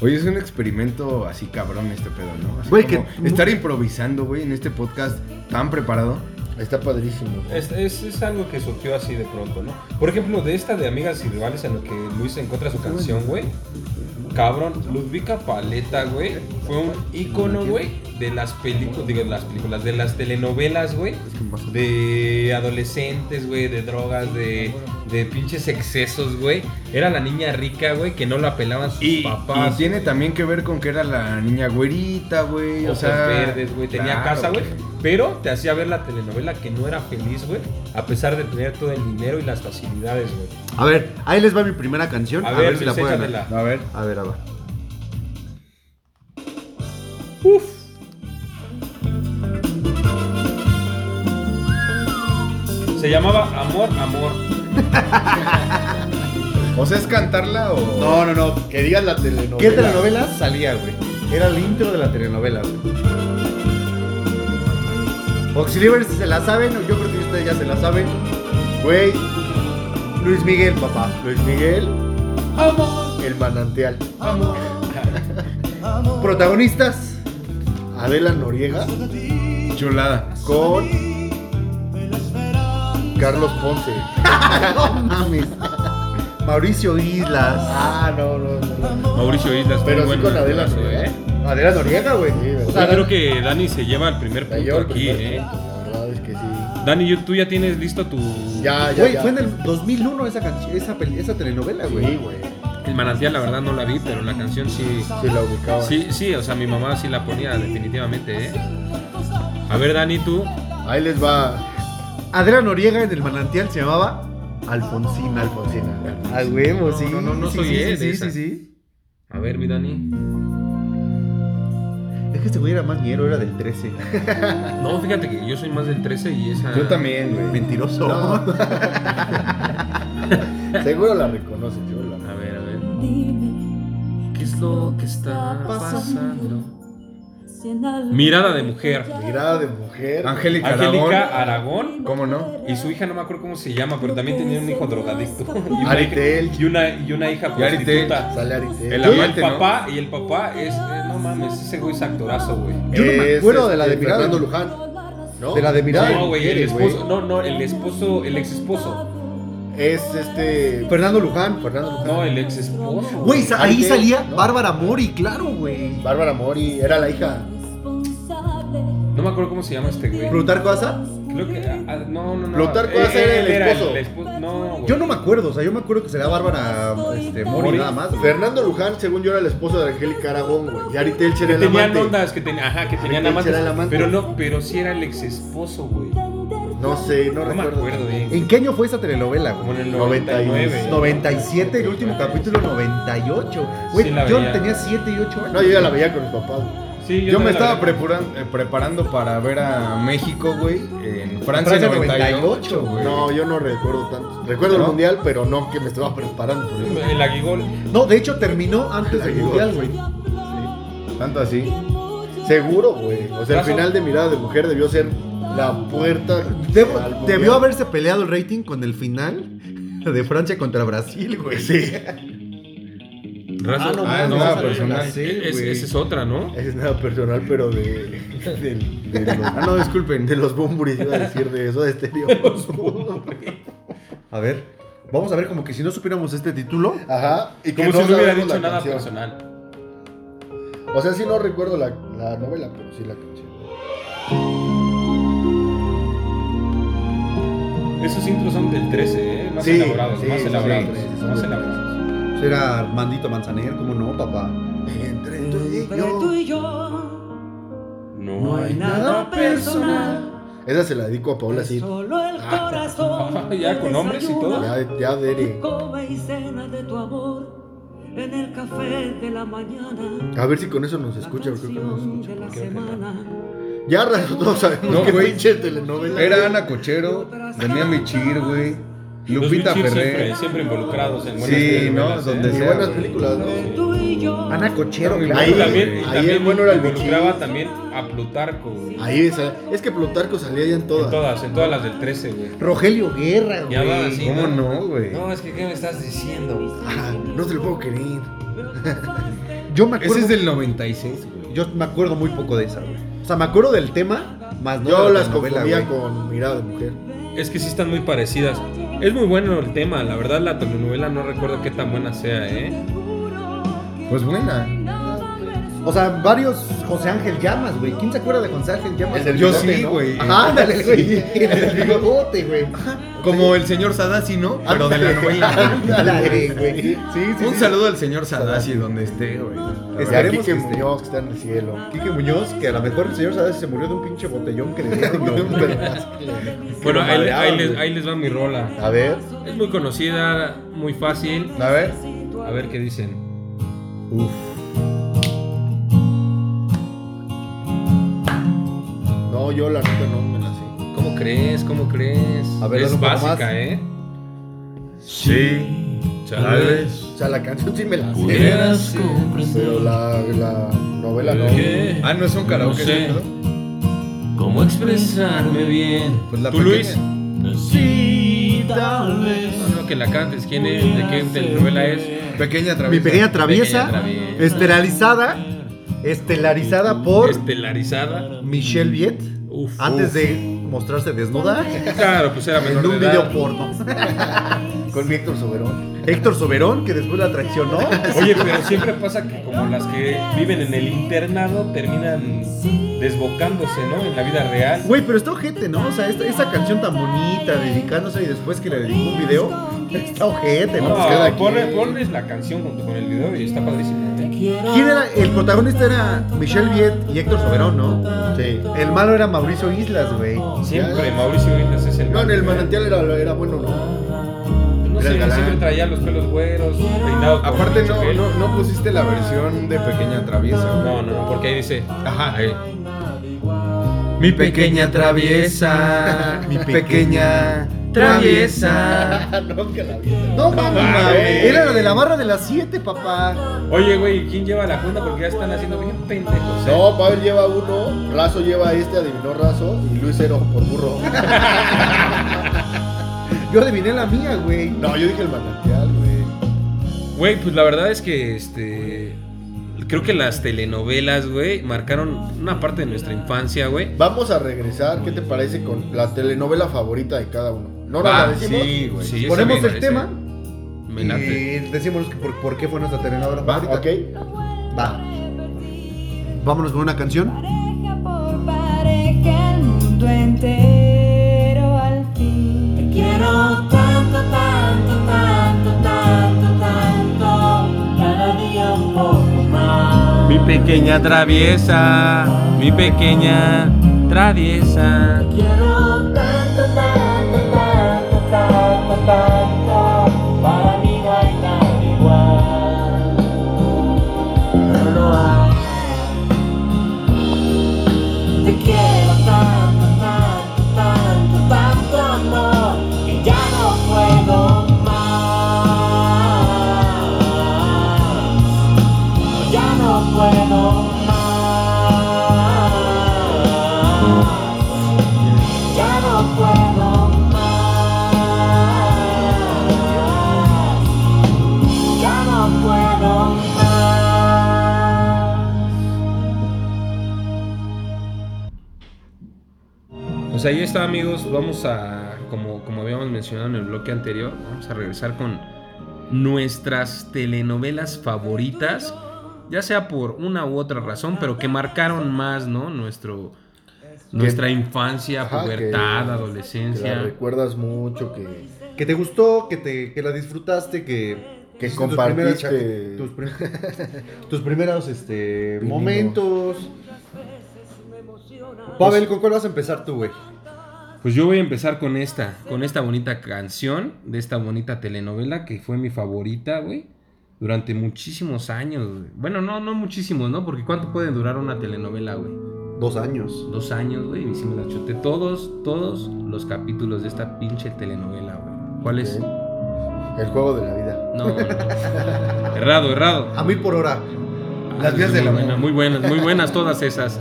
Speaker 1: Oye, es un experimento así cabrón este pedo, ¿no? Así
Speaker 3: Güey,
Speaker 1: como
Speaker 3: que-
Speaker 1: Estar improvisando, güey, en este podcast tan preparado.
Speaker 5: Está padrísimo. güey.
Speaker 2: Es, es- es algo que surgió así de pronto, ¿no? Por ejemplo, de esta de Amigas y Rivales en la que Luis encuentra su canción, güey. Cabrón, Ludvika Paleta, güey, fue un ícono, güey, de las películas, digo, de las películas, de las telenovelas, güey, de adolescentes, güey, de drogas, de, de pinches excesos, güey. Era la niña rica, güey, que no la pelaban sus
Speaker 1: Y,
Speaker 2: papás.
Speaker 1: y tiene
Speaker 2: güey.
Speaker 1: también que ver con que era la niña güerita, güey. O
Speaker 2: Ojos
Speaker 1: sea,
Speaker 2: verdes, güey. Tenía
Speaker 1: claro,
Speaker 2: casa, güey. Pero te hacía ver la telenovela que no era feliz, güey. A pesar de tener todo el dinero y las facilidades, güey.
Speaker 3: A ver, ahí les va mi primera canción.
Speaker 2: A
Speaker 3: A,
Speaker 2: ver,
Speaker 3: ver, si la
Speaker 2: Luis,
Speaker 3: pueden.
Speaker 2: échatela.
Speaker 1: A ver,
Speaker 3: A ver, a ver.
Speaker 2: Se llamaba Amor, Amor.
Speaker 1: o sea, ¿es cantarla o...?
Speaker 3: No, no, no.
Speaker 5: Que digas la telenovela.
Speaker 3: ¿Qué telenovela salía, güey? Era el intro de la telenovela, güey. Oxilivers se la saben, yo creo que ustedes ya se la saben.
Speaker 5: Güey,
Speaker 3: Luis Miguel, papá.
Speaker 5: Luis Miguel. El manantial.
Speaker 3: Protagonistas.
Speaker 5: Adela Noriega
Speaker 1: Chulada.
Speaker 5: con Carlos Ponce.
Speaker 3: Mames. Mauricio Islas.
Speaker 5: Ah, no, no, no.
Speaker 2: Mauricio Islas.
Speaker 5: Pero
Speaker 2: muy bueno,
Speaker 5: sí con Adela
Speaker 2: güey,
Speaker 5: Noriega.
Speaker 2: eh.
Speaker 3: Adela Noriega, güey.
Speaker 5: Sí,
Speaker 2: Yo
Speaker 5: ¿verdad?
Speaker 2: creo que Dani se lleva el primer
Speaker 5: La lleva
Speaker 2: punto
Speaker 5: el
Speaker 2: aquí,
Speaker 5: primer
Speaker 2: eh.
Speaker 5: punto, La verdad es que sí.
Speaker 2: Dani, yo- tú ya tienes listo tu.
Speaker 5: Ya, Ah, ya.
Speaker 3: Güey,
Speaker 5: ya.
Speaker 3: fue en el 2001 esa, canci- esa, peli- esa telenovela, güey.
Speaker 5: Sí, güey.
Speaker 2: El manantial, la verdad, no la vi, pero la canción sí.
Speaker 5: Sí, la ubicaba.
Speaker 2: Sí, sí, o sea, mi mamá sí la ponía, definitivamente, eh. A ver, Dani, tú.
Speaker 5: Ahí les va
Speaker 3: Adela Noriega en el manantial se llamaba Alfonsina.
Speaker 5: Alfonsina.
Speaker 3: A huevo, sí.
Speaker 2: No, no, no
Speaker 3: sí,
Speaker 2: soy
Speaker 3: sí,
Speaker 2: él de
Speaker 3: sí, sí,
Speaker 2: esa.
Speaker 3: sí, sí.
Speaker 2: A ver, mi Dani.
Speaker 3: Es que este güey era más ñero, era del 13.
Speaker 2: No, fíjate que yo soy más del 13 y esa.
Speaker 1: Yo también, güey.
Speaker 3: Mentiroso.
Speaker 5: Seguro la reconoce, seguro la
Speaker 2: A ver, a ver. ¿Qué es lo que está pasando? Mirada de mujer.
Speaker 5: Mirada de mujer.
Speaker 1: Angélica Aragón.
Speaker 2: Angélica Aragón.
Speaker 1: ¿Cómo no?
Speaker 2: Y su hija, no me acuerdo cómo se llama, pero también tenía un hijo drogadicto. Y una,
Speaker 5: Aritel.
Speaker 2: Y una, y una hija
Speaker 1: Y Aritel.
Speaker 2: prostituta.
Speaker 5: Sale Aritel.
Speaker 1: El
Speaker 2: Y el
Speaker 1: amante, ¿no?
Speaker 2: papá, y el papá es. eh, No mames, ese güey es actorazo, güey.
Speaker 3: Yo no me
Speaker 5: Es,
Speaker 3: acuerdo de la de
Speaker 5: este,
Speaker 3: Mirada.
Speaker 5: Fernando Luján. ¿no?
Speaker 3: De la de Mirada.
Speaker 2: No, güey, el
Speaker 5: Eres, güey.
Speaker 2: esposo. No, no, el esposo, el ex esposo.
Speaker 5: Es este.
Speaker 3: Fernando Luján.
Speaker 5: Fernando Luján.
Speaker 2: No, el ex esposo.
Speaker 3: Güey, sa- ahí
Speaker 5: Ariel,
Speaker 3: salía
Speaker 5: ¿no?
Speaker 3: Bárbara Mori, claro, güey.
Speaker 5: Bárbara Mori era la hija.
Speaker 2: No me acuerdo cómo se llama este güey.
Speaker 3: ¿Plutarco Asa?
Speaker 2: Creo que. ah, no, no, no.
Speaker 5: Plutarco
Speaker 2: Eh,
Speaker 5: Asa era el
Speaker 2: él
Speaker 5: esposo.
Speaker 2: espo- No, güey.
Speaker 3: Yo no me acuerdo, o sea, yo me acuerdo que sería Bárbara este, Mori,
Speaker 2: Mori.
Speaker 3: nada más. güey.
Speaker 5: Fernando Luján, según yo, era el esposo de Angélica Aragón, güey. Y Ari Telch
Speaker 2: Que
Speaker 5: era el
Speaker 2: tenían
Speaker 5: amante.
Speaker 2: ondas, que tenían, ajá, que tenían
Speaker 5: Era
Speaker 2: amantes,
Speaker 5: el amante.
Speaker 2: Pero no, pero sí era el ex esposo, güey. No,
Speaker 5: No sé, no,
Speaker 2: me
Speaker 5: recuerdo.
Speaker 2: acuerdo, eh.
Speaker 3: ¿En qué año fue esa telenovela,
Speaker 2: Como en el
Speaker 3: güey?
Speaker 5: 90 y-
Speaker 2: 99.
Speaker 3: 97, el último capítulo 98. Güey,
Speaker 2: Sí la
Speaker 3: yo
Speaker 2: veía.
Speaker 3: tenía 7 y 8 años.
Speaker 5: No, yo ya la veía con mi papá. güey.
Speaker 2: Sí,
Speaker 1: Yo me
Speaker 2: también la
Speaker 1: estaba
Speaker 2: vi.
Speaker 1: preparando, eh, preparando para ver a México, güey, en Francia,
Speaker 3: Francia
Speaker 1: 98,
Speaker 3: 98,
Speaker 1: güey.
Speaker 5: No, yo no recuerdo tanto. Recuerdo el
Speaker 1: ¿No?
Speaker 5: mundial, pero no que me estaba preparando. güey.
Speaker 2: El aguigol.
Speaker 3: No, de hecho terminó antes del mundial, güey.
Speaker 1: Tanto así.
Speaker 5: Seguro, güey. O sea, el
Speaker 2: Brazo.
Speaker 5: final de Mirada de Mujer debió ser la puerta.
Speaker 3: Debo-
Speaker 5: al mundial.
Speaker 3: debió haberse peleado el rating con el final de Francia contra Brasil, güey. Sí.
Speaker 2: Raza-
Speaker 3: Ah, no,
Speaker 1: ah,
Speaker 3: mames,
Speaker 1: no,
Speaker 3: esa
Speaker 1: la personal,
Speaker 3: sí,
Speaker 2: Es-
Speaker 3: güey.
Speaker 2: Esa es otra, ¿no?
Speaker 5: Es nada personal, pero de. del- de los-
Speaker 1: Ah, no, disculpen.
Speaker 5: De los Bumburis iba a decir de eso de este estéreo.
Speaker 3: A ver, vamos a ver como que si no supiéramos este título.
Speaker 5: Ajá. Y que
Speaker 2: Como si no hubiera
Speaker 5: sabemos
Speaker 2: dicho
Speaker 5: la
Speaker 2: nada
Speaker 5: canción.
Speaker 2: personal.
Speaker 5: O sea, sí no recuerdo la, la novela, pero sí la canción.
Speaker 2: Esos intros son del 13, ¿eh? Más
Speaker 5: Sí,
Speaker 2: elaborados,
Speaker 5: sí,
Speaker 2: más
Speaker 5: sí,
Speaker 2: elaborados.
Speaker 5: sí, sí, son
Speaker 2: más
Speaker 5: del
Speaker 2: elaborados.
Speaker 3: Era Armandito Manzanero, ¿cómo no, papá?
Speaker 5: Entre
Speaker 6: Entre tú y yo no hay nada personal.
Speaker 5: Esa se la dedico a Paula
Speaker 6: es
Speaker 5: Cid.
Speaker 6: Solo el
Speaker 5: Ah,
Speaker 6: corazón.
Speaker 2: Ya, con hombres y todo.
Speaker 6: desayuna,
Speaker 5: Ya, ya Dere.
Speaker 6: Come y cena de tu amor en el café de la mañana.
Speaker 5: A ver si con eso nos
Speaker 6: la
Speaker 5: escucha, creo que no nos
Speaker 6: canción
Speaker 5: escucha.
Speaker 6: de la
Speaker 2: creo que no.
Speaker 6: semana.
Speaker 5: Ya rato todos sabemos
Speaker 1: No,
Speaker 5: que
Speaker 1: güey.
Speaker 5: pinche telenovela.
Speaker 1: Era Ana Cochero, René Michir, güey,
Speaker 2: Los
Speaker 1: Lupita
Speaker 2: Bichir
Speaker 1: Ferrer.
Speaker 2: siempre, siempre involucrados en buenas
Speaker 1: Sí,
Speaker 2: telenovelas,
Speaker 1: ¿no?
Speaker 2: ¿eh?
Speaker 1: Donde
Speaker 5: Y
Speaker 1: sea,
Speaker 5: buenas
Speaker 1: güey.
Speaker 5: películas, ¿no?
Speaker 6: Entre tú y yo.
Speaker 3: Ana Cochero,
Speaker 1: Era muy
Speaker 3: claro.
Speaker 2: Y
Speaker 5: Ahí-
Speaker 2: también, y
Speaker 5: ahí
Speaker 2: también
Speaker 5: el bueno era el Bichir.
Speaker 2: involucraba también a Plutarco, güey.
Speaker 5: Ahí esa. Es que Plutarco salía ya en
Speaker 2: En
Speaker 5: todas.
Speaker 2: todas, en todas las del 13, güey.
Speaker 3: Rogelio Guerra,
Speaker 2: Y hablaba
Speaker 3: güey.
Speaker 2: así.
Speaker 1: ¿Cómo no, güey?
Speaker 2: No, es que ¿qué me estás diciendo?
Speaker 5: Ah, no te lo puedo creer.
Speaker 3: yo me acuerdo.
Speaker 1: Ese es del 96, güey.
Speaker 3: Yo me acuerdo muy poco de esa, güey. O sea, me acuerdo del tema, más no
Speaker 5: Yo
Speaker 3: de la
Speaker 5: las
Speaker 3: novela,
Speaker 5: confundía
Speaker 3: güey.
Speaker 5: con Mirada de Mujer.
Speaker 2: Es que sí están muy parecidas. Es muy bueno el tema, la verdad la telenovela no recuerdo qué tan buena sea, ¿eh?
Speaker 1: Pues buena.
Speaker 7: O sea, varios José Ángel Llamas, güey. ¿Quién se acuerda de José Ángel Llamas?
Speaker 5: El del
Speaker 1: Yo
Speaker 5: bigote,
Speaker 1: sí,
Speaker 5: ¿no?
Speaker 1: güey.
Speaker 7: Ajá, ándale, güey. El del bigote, güey.
Speaker 1: Como el señor Sadasi, ¿no? Pero de la novela.
Speaker 7: Ándale, güey. Sí, sí, sí.
Speaker 1: Un saludo al señor Sadasi donde esté, güey.
Speaker 5: Y a
Speaker 3: Esperemos
Speaker 5: Kike
Speaker 3: que esté.
Speaker 5: Muñoz, que está en el cielo.
Speaker 3: Quique Muñoz, que a lo mejor el señor Sadasi se murió de un pinche botellón que le dieron.
Speaker 5: No,
Speaker 3: güey.
Speaker 2: Bueno, ahí,
Speaker 3: madreado,
Speaker 2: ahí les,
Speaker 3: güey.
Speaker 2: ahí les va mi rola.
Speaker 5: A ver.
Speaker 2: Es muy conocida, muy fácil.
Speaker 5: A ver.
Speaker 2: A ver qué dicen.
Speaker 5: No, yo la neta no me la sé.
Speaker 2: ¿Cómo crees? ¿Cómo crees?
Speaker 3: A ver, dale
Speaker 2: es
Speaker 3: un poco
Speaker 2: básica,
Speaker 3: más.
Speaker 2: ¿eh?
Speaker 1: Sí,
Speaker 2: Chale.
Speaker 5: O sea, la canción sí me la sé.
Speaker 4: Pudieras comprender
Speaker 5: Pero la, la novela no.
Speaker 4: que
Speaker 1: Ah, no es un
Speaker 4: no
Speaker 1: karaoke,
Speaker 4: sé
Speaker 1: ¿no?
Speaker 4: cómo expresarme bien.
Speaker 1: Pues la
Speaker 2: ¿Tú, Luis?
Speaker 1: pequeña.
Speaker 4: Sí, tal vez.
Speaker 2: No, no, que la cantes. ¿Quién es? ¿De qué telenovela es?
Speaker 1: Pequeña
Speaker 3: Mi
Speaker 1: traviesa.
Speaker 3: pequeña traviesa,
Speaker 2: Pequeña Traviesa.
Speaker 3: estelarizada, estelarizada por
Speaker 2: Estelarizada.
Speaker 3: Michelle Viet,
Speaker 2: Uf.
Speaker 3: antes de mostrarse desnuda
Speaker 2: Claro, pues era menor
Speaker 3: en un
Speaker 2: de
Speaker 3: video
Speaker 2: edad.
Speaker 3: porno.
Speaker 5: Con Víctor Soberón.
Speaker 3: Héctor Soberón, que después la traicionó.
Speaker 2: Oye, pero siempre pasa que como las que viven en el internado terminan desbocándose, ¿no? En la vida real.
Speaker 3: Güey, pero está ojete, ¿no? O sea, esta, esa canción tan bonita, dedicándose y después que le dedicó un video, está ojete,
Speaker 2: No,
Speaker 3: ¿no? Pues cada
Speaker 2: ponle-
Speaker 3: quien.
Speaker 2: ponles la canción junto con el video y está padrísimo.
Speaker 3: ¿Quién era? El protagonista era Michelle Viet y Héctor Soberón, ¿no?
Speaker 5: Sí.
Speaker 3: El malo era Mauricio Islas, güey.
Speaker 2: Siempre Mauricio Islas es el
Speaker 5: No, en
Speaker 2: malo,
Speaker 5: el
Speaker 2: ¿eh?
Speaker 5: manantial era, era bueno, ¿no?
Speaker 2: No
Speaker 5: era el
Speaker 2: sé,
Speaker 5: galán.
Speaker 2: siempre traía los pelos güeros, peinado. con
Speaker 1: Aparte, no,
Speaker 2: choquel.
Speaker 1: no, no pusiste la versión de Pequeña Traviesa, güey.
Speaker 2: No, no, no, porque ahí dice. Ajá.
Speaker 1: Mi pequeña traviesa, mi pequeña traviesa.
Speaker 5: Ah, no, que la vi.
Speaker 3: No mames,
Speaker 1: güey.
Speaker 3: era la de la barra de las 7, papá.
Speaker 2: Oye, güey, ¿quién lleva la cuenta? Porque ya están haciendo bien pendejos. ¿eh?
Speaker 5: No, Pavel lleva uno, Razo lleva este, adivinó Razo, y Luis Cero por burro.
Speaker 3: Yo adiviné la mía, güey.
Speaker 5: No, yo dije el manantial, güey.
Speaker 2: Güey, pues la verdad es que este. Creo que las telenovelas, güey, marcaron una parte de nuestra infancia, güey.
Speaker 5: Vamos a regresar, ¿qué te parece con la telenovela favorita de cada uno? ¿No nos
Speaker 2: Va,
Speaker 5: la decimos?
Speaker 1: Sí, güey.
Speaker 2: Sí, esa
Speaker 3: Ponemos
Speaker 2: me
Speaker 3: el
Speaker 2: parece.
Speaker 3: tema eh,
Speaker 2: Me late.
Speaker 3: y decimos que por, por qué fue nuestra telenovela
Speaker 5: Va,
Speaker 3: favorita.
Speaker 5: ok.
Speaker 3: Va. Vámonos con una canción.
Speaker 8: Pareja por pareja, el mundo entero al fin. Te quiero tanto, tanto, tanto, tanto, tanto. Cada día un poco más.
Speaker 2: Mi pequeña traviesa, mi pequeña traviesa.
Speaker 8: Te quiero tanto, tanto, tanto, tanto, tanto. Para mí no hay nada igual. No lo hay. Te quiero tanto, tanto, tanto, tanto amor que ya no puedo más. Ya no puedo más. Ya no puedo más. Ya no puedo más.
Speaker 2: Pues ahí está, amigos. Vamos a, como, como habíamos mencionado en el bloque anterior, vamos a regresar con nuestras telenovelas favoritas, ya sea por una u otra razón, pero que marcaron más, ¿no? Nuestro, nuestra infancia,
Speaker 5: Ajá, que-
Speaker 2: pubertad,
Speaker 5: Que la
Speaker 2: adolescencia.
Speaker 5: recuerdas mucho, que,
Speaker 3: Que te gustó, que, te, que la disfrutaste, que...
Speaker 5: que
Speaker 3: tus
Speaker 5: compartiste.
Speaker 3: primeras- Tus, prim- tus primeros este,
Speaker 5: Vinilos.
Speaker 3: momentos. Pavel, ¿con cuál vas a empezar tú, güey?
Speaker 2: Pues yo voy a empezar con esta, con esta bonita canción de esta bonita telenovela que fue mi favorita, güey. Durante muchísimos años, güey. Bueno, no, no muchísimos, ¿no? Porque ¿cuánto puede durar una telenovela, güey?
Speaker 3: Dos años.
Speaker 2: dos años, güey, y sí me la chuté todos, todos los capítulos de esta pinche telenovela, güey. ¿Cuál es?
Speaker 5: El juego de la vida.
Speaker 2: No, no, no. errado, errado.
Speaker 3: A mil por hora.
Speaker 2: Ah,
Speaker 3: Las vías
Speaker 2: muy
Speaker 3: del amor.
Speaker 2: buena, Muy buenas, muy buenas todas esas.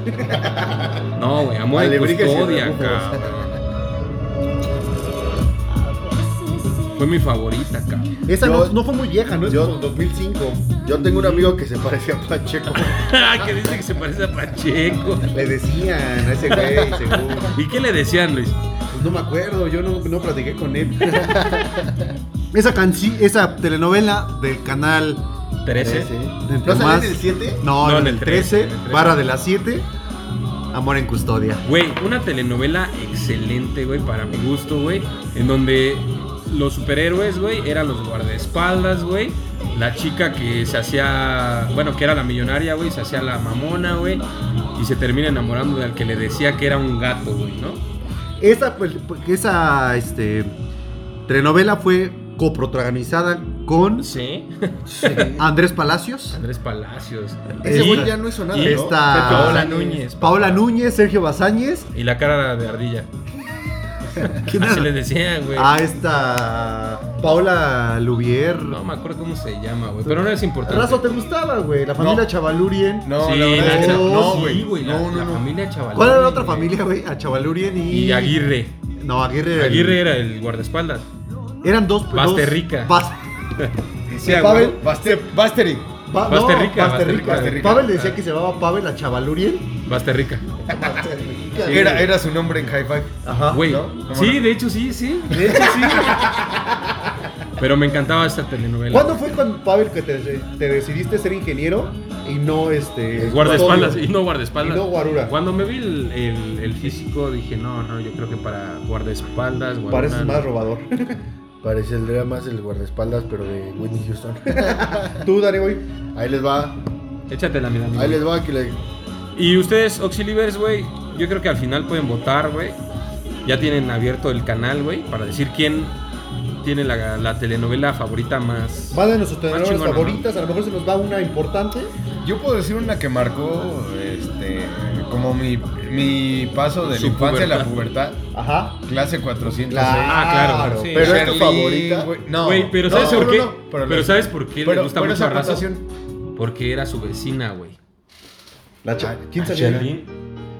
Speaker 2: No, güey, pues, amor en
Speaker 5: Alebrijes y
Speaker 2: custodia,
Speaker 5: rebujos.
Speaker 2: cabrón. Fue mi favorita, cabrón.
Speaker 3: Esa
Speaker 5: Yo-
Speaker 3: no, no fue muy vieja, Ah, ¿no? Es
Speaker 5: Yo-
Speaker 3: como 2005.
Speaker 5: Yo tengo un amigo que se parece a Pacheco.
Speaker 2: Ah, que dice que se parece a Pacheco.
Speaker 9: Le decían a ese güey, según.
Speaker 2: ¿Y qué le decían, Luis?
Speaker 9: Pues no me acuerdo, yo no, no platiqué con él.
Speaker 3: Esa, canci- esa telenovela del canal.
Speaker 2: 13.
Speaker 3: de Entre
Speaker 9: ¿No salía
Speaker 3: Más-
Speaker 9: en el 7?
Speaker 3: No,
Speaker 2: No,
Speaker 3: en el 13,
Speaker 2: en el 13.
Speaker 3: barra de las 7. Amor en custodia.
Speaker 2: Güey, una telenovela excelente, güey, para mi gusto, güey. En donde los superhéroes, güey, eran los guardaespaldas, güey. La chica que se hacía, bueno, que era la millonaria, güey, se hacía la mamona, güey. Y se termina enamorando del que le decía que era un gato, güey, ¿no?
Speaker 3: Esa, pues, porque esa este, telenovela fue coprotagonizada con
Speaker 2: Sí.
Speaker 3: Andrés Palacios,
Speaker 2: Andrés Palacios.
Speaker 5: Ese
Speaker 2: Y-
Speaker 5: güey ya no hizo nada,
Speaker 2: y
Speaker 5: ¿no?
Speaker 3: esta-
Speaker 2: Paola Núñez.
Speaker 3: Paola Núñez, Sergio Bazáñez,
Speaker 2: Y la cara de ardilla. ¿Qué se le decía, güey?
Speaker 5: Ah.
Speaker 3: a Ah, esta Paola Lubier.
Speaker 2: No me acuerdo cómo se llama, güey. Pero no es importante.
Speaker 3: Razo, ¿te gustaba, güey? La familia
Speaker 1: No.
Speaker 3: Chavalurien.
Speaker 1: No,
Speaker 2: sí,
Speaker 1: la verdad
Speaker 2: la-
Speaker 1: es que
Speaker 2: no,
Speaker 1: no,
Speaker 2: sí,
Speaker 1: güey.
Speaker 2: güey. la,
Speaker 1: no, no,
Speaker 2: la
Speaker 1: no.
Speaker 2: familia chaval.
Speaker 3: ¿Cuál era la otra familia, güey? A Chavalurien y...
Speaker 2: Y Aguirre.
Speaker 3: No, Aguirre. era el-
Speaker 2: Aguirre era el guardaespaldas.
Speaker 3: Eran dos...
Speaker 2: Basterrica.
Speaker 3: dos- Bas-
Speaker 1: Decía,
Speaker 3: Pavel-
Speaker 1: güey, Baste- Basteri.
Speaker 3: Ba- no,
Speaker 2: Basterrica, Basterrica.
Speaker 3: Basterrica. Pavel decía que se llamaba Pavel a Chavalurien.
Speaker 2: Basterrica.
Speaker 1: Era, era su nombre en Haifa.
Speaker 3: Ajá.
Speaker 2: Güey.
Speaker 1: ¿no? ¿Cómo
Speaker 2: Sí,
Speaker 1: no?
Speaker 2: de hecho sí, sí. De hecho sí. güey. Pero me encantaba esta telenovela.
Speaker 3: ¿Cuándo fue cuando Pavel que te, te decidiste ser ingeniero y no este
Speaker 2: eh, Guardaespaldas y
Speaker 3: custodio?
Speaker 2: no guardaespaldas.
Speaker 3: Y no guarura.
Speaker 2: Cuando me vi el, el- el físico dije, no, no, yo creo que para guardaespaldas, guarura,
Speaker 3: Pareces
Speaker 2: no.
Speaker 3: más robador.
Speaker 5: Parece el drama más el guardaespaldas, pero de Whitney Houston.
Speaker 3: Tú, Dani, güey.
Speaker 5: Ahí les va,
Speaker 2: Échate la mirada.
Speaker 5: ahí les va que le...
Speaker 2: Y ustedes, Oxilivers, güey, yo creo que al final pueden votar, güey. Ya tienen abierto el canal, güey, para decir quién tiene la, la telenovela favorita más.
Speaker 3: Mándenos sus telenovelas
Speaker 2: chingona, ¿no?
Speaker 3: favoritas. A lo mejor se nos va una importante.
Speaker 1: Yo puedo decir una que marcó este, como mi, mi paso de
Speaker 2: Su
Speaker 1: la infancia a la
Speaker 2: pubertad.
Speaker 1: pubertad.
Speaker 3: Ajá.
Speaker 1: Clase 406.
Speaker 2: Ah, claro, sí.
Speaker 1: Pero es
Speaker 5: Charlie,
Speaker 1: tu favorita.
Speaker 5: güey.
Speaker 1: No.
Speaker 2: Güey, pero
Speaker 1: No,
Speaker 2: ¿sabes
Speaker 1: no,
Speaker 2: por qué?
Speaker 1: no,
Speaker 2: pero
Speaker 1: la-
Speaker 2: ¿sabes por qué le
Speaker 1: pero-
Speaker 2: gusta
Speaker 1: pero
Speaker 2: mucho
Speaker 1: esa
Speaker 2: a Razo?
Speaker 1: votación-
Speaker 2: Porque era su vecina, güey.
Speaker 3: La
Speaker 5: Ah,
Speaker 3: cha- ¿Quién sabía?
Speaker 2: Sherlyn.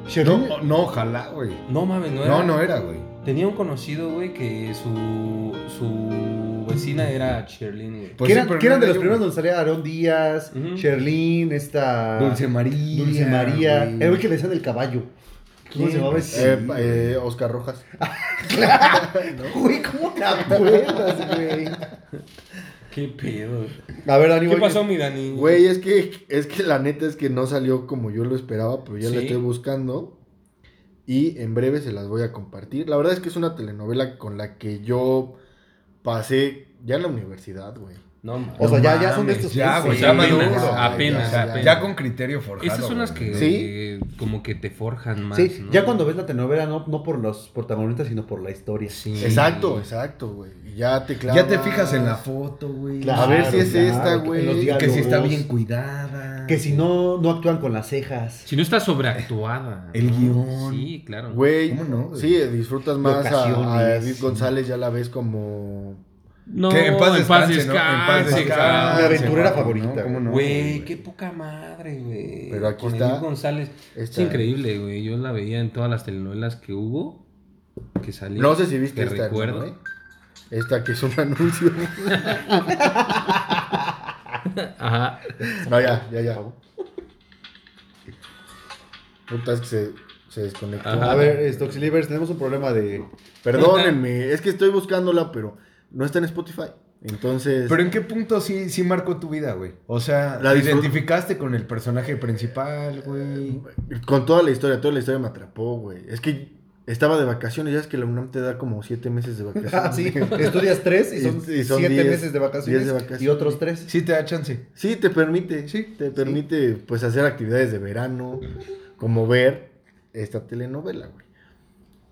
Speaker 3: Sherlyn.
Speaker 1: No, no, ojalá, güey.
Speaker 2: No mames, no era.
Speaker 1: No, no era, güey.
Speaker 2: Tenía un conocido, güey, que su, su vecina era Sherlyn, güey.
Speaker 1: Pues sí,
Speaker 3: que eran,
Speaker 1: pero
Speaker 3: que eran
Speaker 1: no
Speaker 3: de
Speaker 1: era
Speaker 3: los
Speaker 1: yo, güey.
Speaker 3: primeros donde salía Aarón Díaz,
Speaker 2: Ujú.
Speaker 3: Sherlyn, esta.
Speaker 1: Dulce María.
Speaker 3: Ah, Dulce María.
Speaker 1: güey.
Speaker 3: Era el que le decían el caballo. ¿Cómo se llamaba ese?
Speaker 5: Eh, eh, Oscar Rojas.
Speaker 3: Güey, ¿cómo te acuerdas, güey?
Speaker 2: Qué pedo. güey.
Speaker 3: A ver, Dani,
Speaker 2: ¿Qué
Speaker 3: güey.
Speaker 2: pasó, mi Dani?
Speaker 5: Güey, es que, es que la neta es que no salió como yo lo esperaba, pero ya la
Speaker 2: Sí.
Speaker 5: estoy buscando. Y en breve se las voy a compartir. La verdad es que es una telenovela con la que yo pasé ya en la universidad, güey.
Speaker 2: No mames.
Speaker 3: O sea, ya, ya son de estos.
Speaker 1: Ya, güey,
Speaker 2: Sí,
Speaker 1: ya
Speaker 2: apenas,
Speaker 1: maduro.
Speaker 2: apenas,
Speaker 1: ya,
Speaker 2: apenas.
Speaker 1: ya con criterio forjado.
Speaker 2: Esas son las que
Speaker 1: güey.
Speaker 5: ¿Sí?
Speaker 2: como que te forjan más.
Speaker 3: Sí,
Speaker 2: ¿no?
Speaker 3: ya cuando ves la telenovela, no, no por los protagonistas, sino por la historia.
Speaker 2: Sí.
Speaker 5: Exacto, exacto, güey. Y Ya te clavas.
Speaker 1: Ya te fijas en la foto, güey.
Speaker 3: Claro,
Speaker 5: A ver si es
Speaker 3: claro,
Speaker 5: esta,
Speaker 3: en los
Speaker 5: güey.
Speaker 3: diálogos.
Speaker 1: Que si está bien cuidada.
Speaker 3: Que si no, no actúan con las cejas.
Speaker 2: Si no está sobreactuada.
Speaker 1: El
Speaker 2: ¿no?
Speaker 1: guión.
Speaker 2: Sí, claro.
Speaker 5: Güey,
Speaker 1: ¿Cómo no, güey?
Speaker 5: sí, disfrutas más a, a
Speaker 3: Locaciones,
Speaker 5: Edith
Speaker 3: sí.
Speaker 5: González, ya la ves como...
Speaker 2: No,
Speaker 1: Que en paz descanse, ¿no? En paz
Speaker 2: descanse,
Speaker 1: descanse.
Speaker 2: cabrón.
Speaker 3: Mi aventurera
Speaker 1: ¿no?
Speaker 3: favorita.
Speaker 1: ¿Cómo no?
Speaker 2: Güey, qué poca madre, güey.
Speaker 5: Pero aquí
Speaker 2: Con
Speaker 5: está.
Speaker 2: Edith González.
Speaker 5: Esta.
Speaker 2: Es increíble, güey. Yo la veía en todas las telenovelas que hubo. Que salía.
Speaker 5: No sé si viste
Speaker 2: que
Speaker 5: esta,
Speaker 2: recuerdo.
Speaker 5: ¿no, güey? Esta que es un anuncio.
Speaker 2: Ajá.
Speaker 5: No, ya, ya, ya. Puta, es que se, se desconectó.
Speaker 2: Ajá.
Speaker 3: A ver, este, Oxilivers, tenemos un problema de.
Speaker 5: Perdónenme, es que estoy buscándola, pero no está en Spotify. Entonces,
Speaker 1: Pero en qué punto sí, sí marcó tu vida, güey. O sea, la
Speaker 5: La disfrut-
Speaker 1: identificaste con el personaje principal, güey.
Speaker 5: con toda la historia, toda la historia me atrapó, güey. Es que estaba de vacaciones, ya es que la UNAM te da como siete meses de vacaciones.
Speaker 3: Ah, sí, estudias tres y son,
Speaker 5: Y- y son
Speaker 3: siete
Speaker 5: diez-
Speaker 3: meses de vacaciones,
Speaker 5: diez de vacaciones.
Speaker 3: y otros tres.
Speaker 1: Sí te da chance.
Speaker 5: Sí, te permite.
Speaker 1: Sí,
Speaker 5: te permite pues hacer actividades de verano, como ver esta telenovela, güey.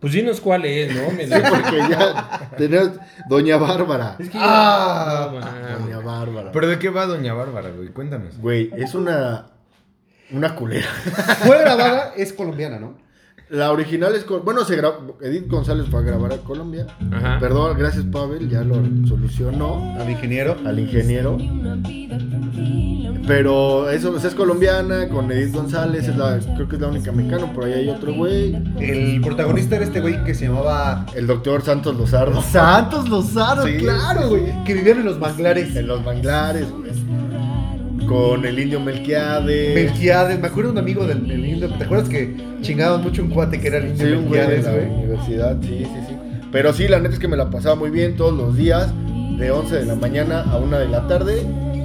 Speaker 2: Pues dinos cuál es, ¿no? Me
Speaker 5: Sí, porque ya tenías Doña Bárbara.
Speaker 2: Es que
Speaker 1: Ah,
Speaker 2: No, mames.
Speaker 5: Doña Bárbara.
Speaker 1: ¿Pero de qué va Doña Bárbara, güey? Cuéntanos.
Speaker 5: Güey, es una una culera.
Speaker 3: Fue grabada, es colombiana, ¿no?
Speaker 5: La original es. con- Bueno, se grabó. Edith González fue a grabar a Colombia.
Speaker 10: Ajá.
Speaker 5: Perdón, gracias, Pavel. Ya lo solucionó
Speaker 3: Al ingeniero.
Speaker 5: al ingeniero. Pero eso o sea, es colombiana con Edith González. Es la, creo que es la única mexicana. Por ahí hay otro güey.
Speaker 7: El protagonista era este güey que se llamaba
Speaker 5: El doctor Santos Lozardo.
Speaker 7: Santos Lozano,
Speaker 5: Sí,
Speaker 7: claro, güey. Que vivían en los manglares.
Speaker 5: En los manglares, güey. Con el indio Melquiades.
Speaker 7: Melquiades, me acuerdo un amigo del, del indio, ¿Te acuerdas que chingaban mucho un cuate que era el
Speaker 5: Sí,
Speaker 7: indio
Speaker 5: un güey de
Speaker 7: Melquiades,
Speaker 5: la
Speaker 7: güey?
Speaker 5: universidad, sí, sí, sí. Pero sí, la neta es que me la pasaba muy bien todos los días, de 11 de la mañana a 1 de la tarde,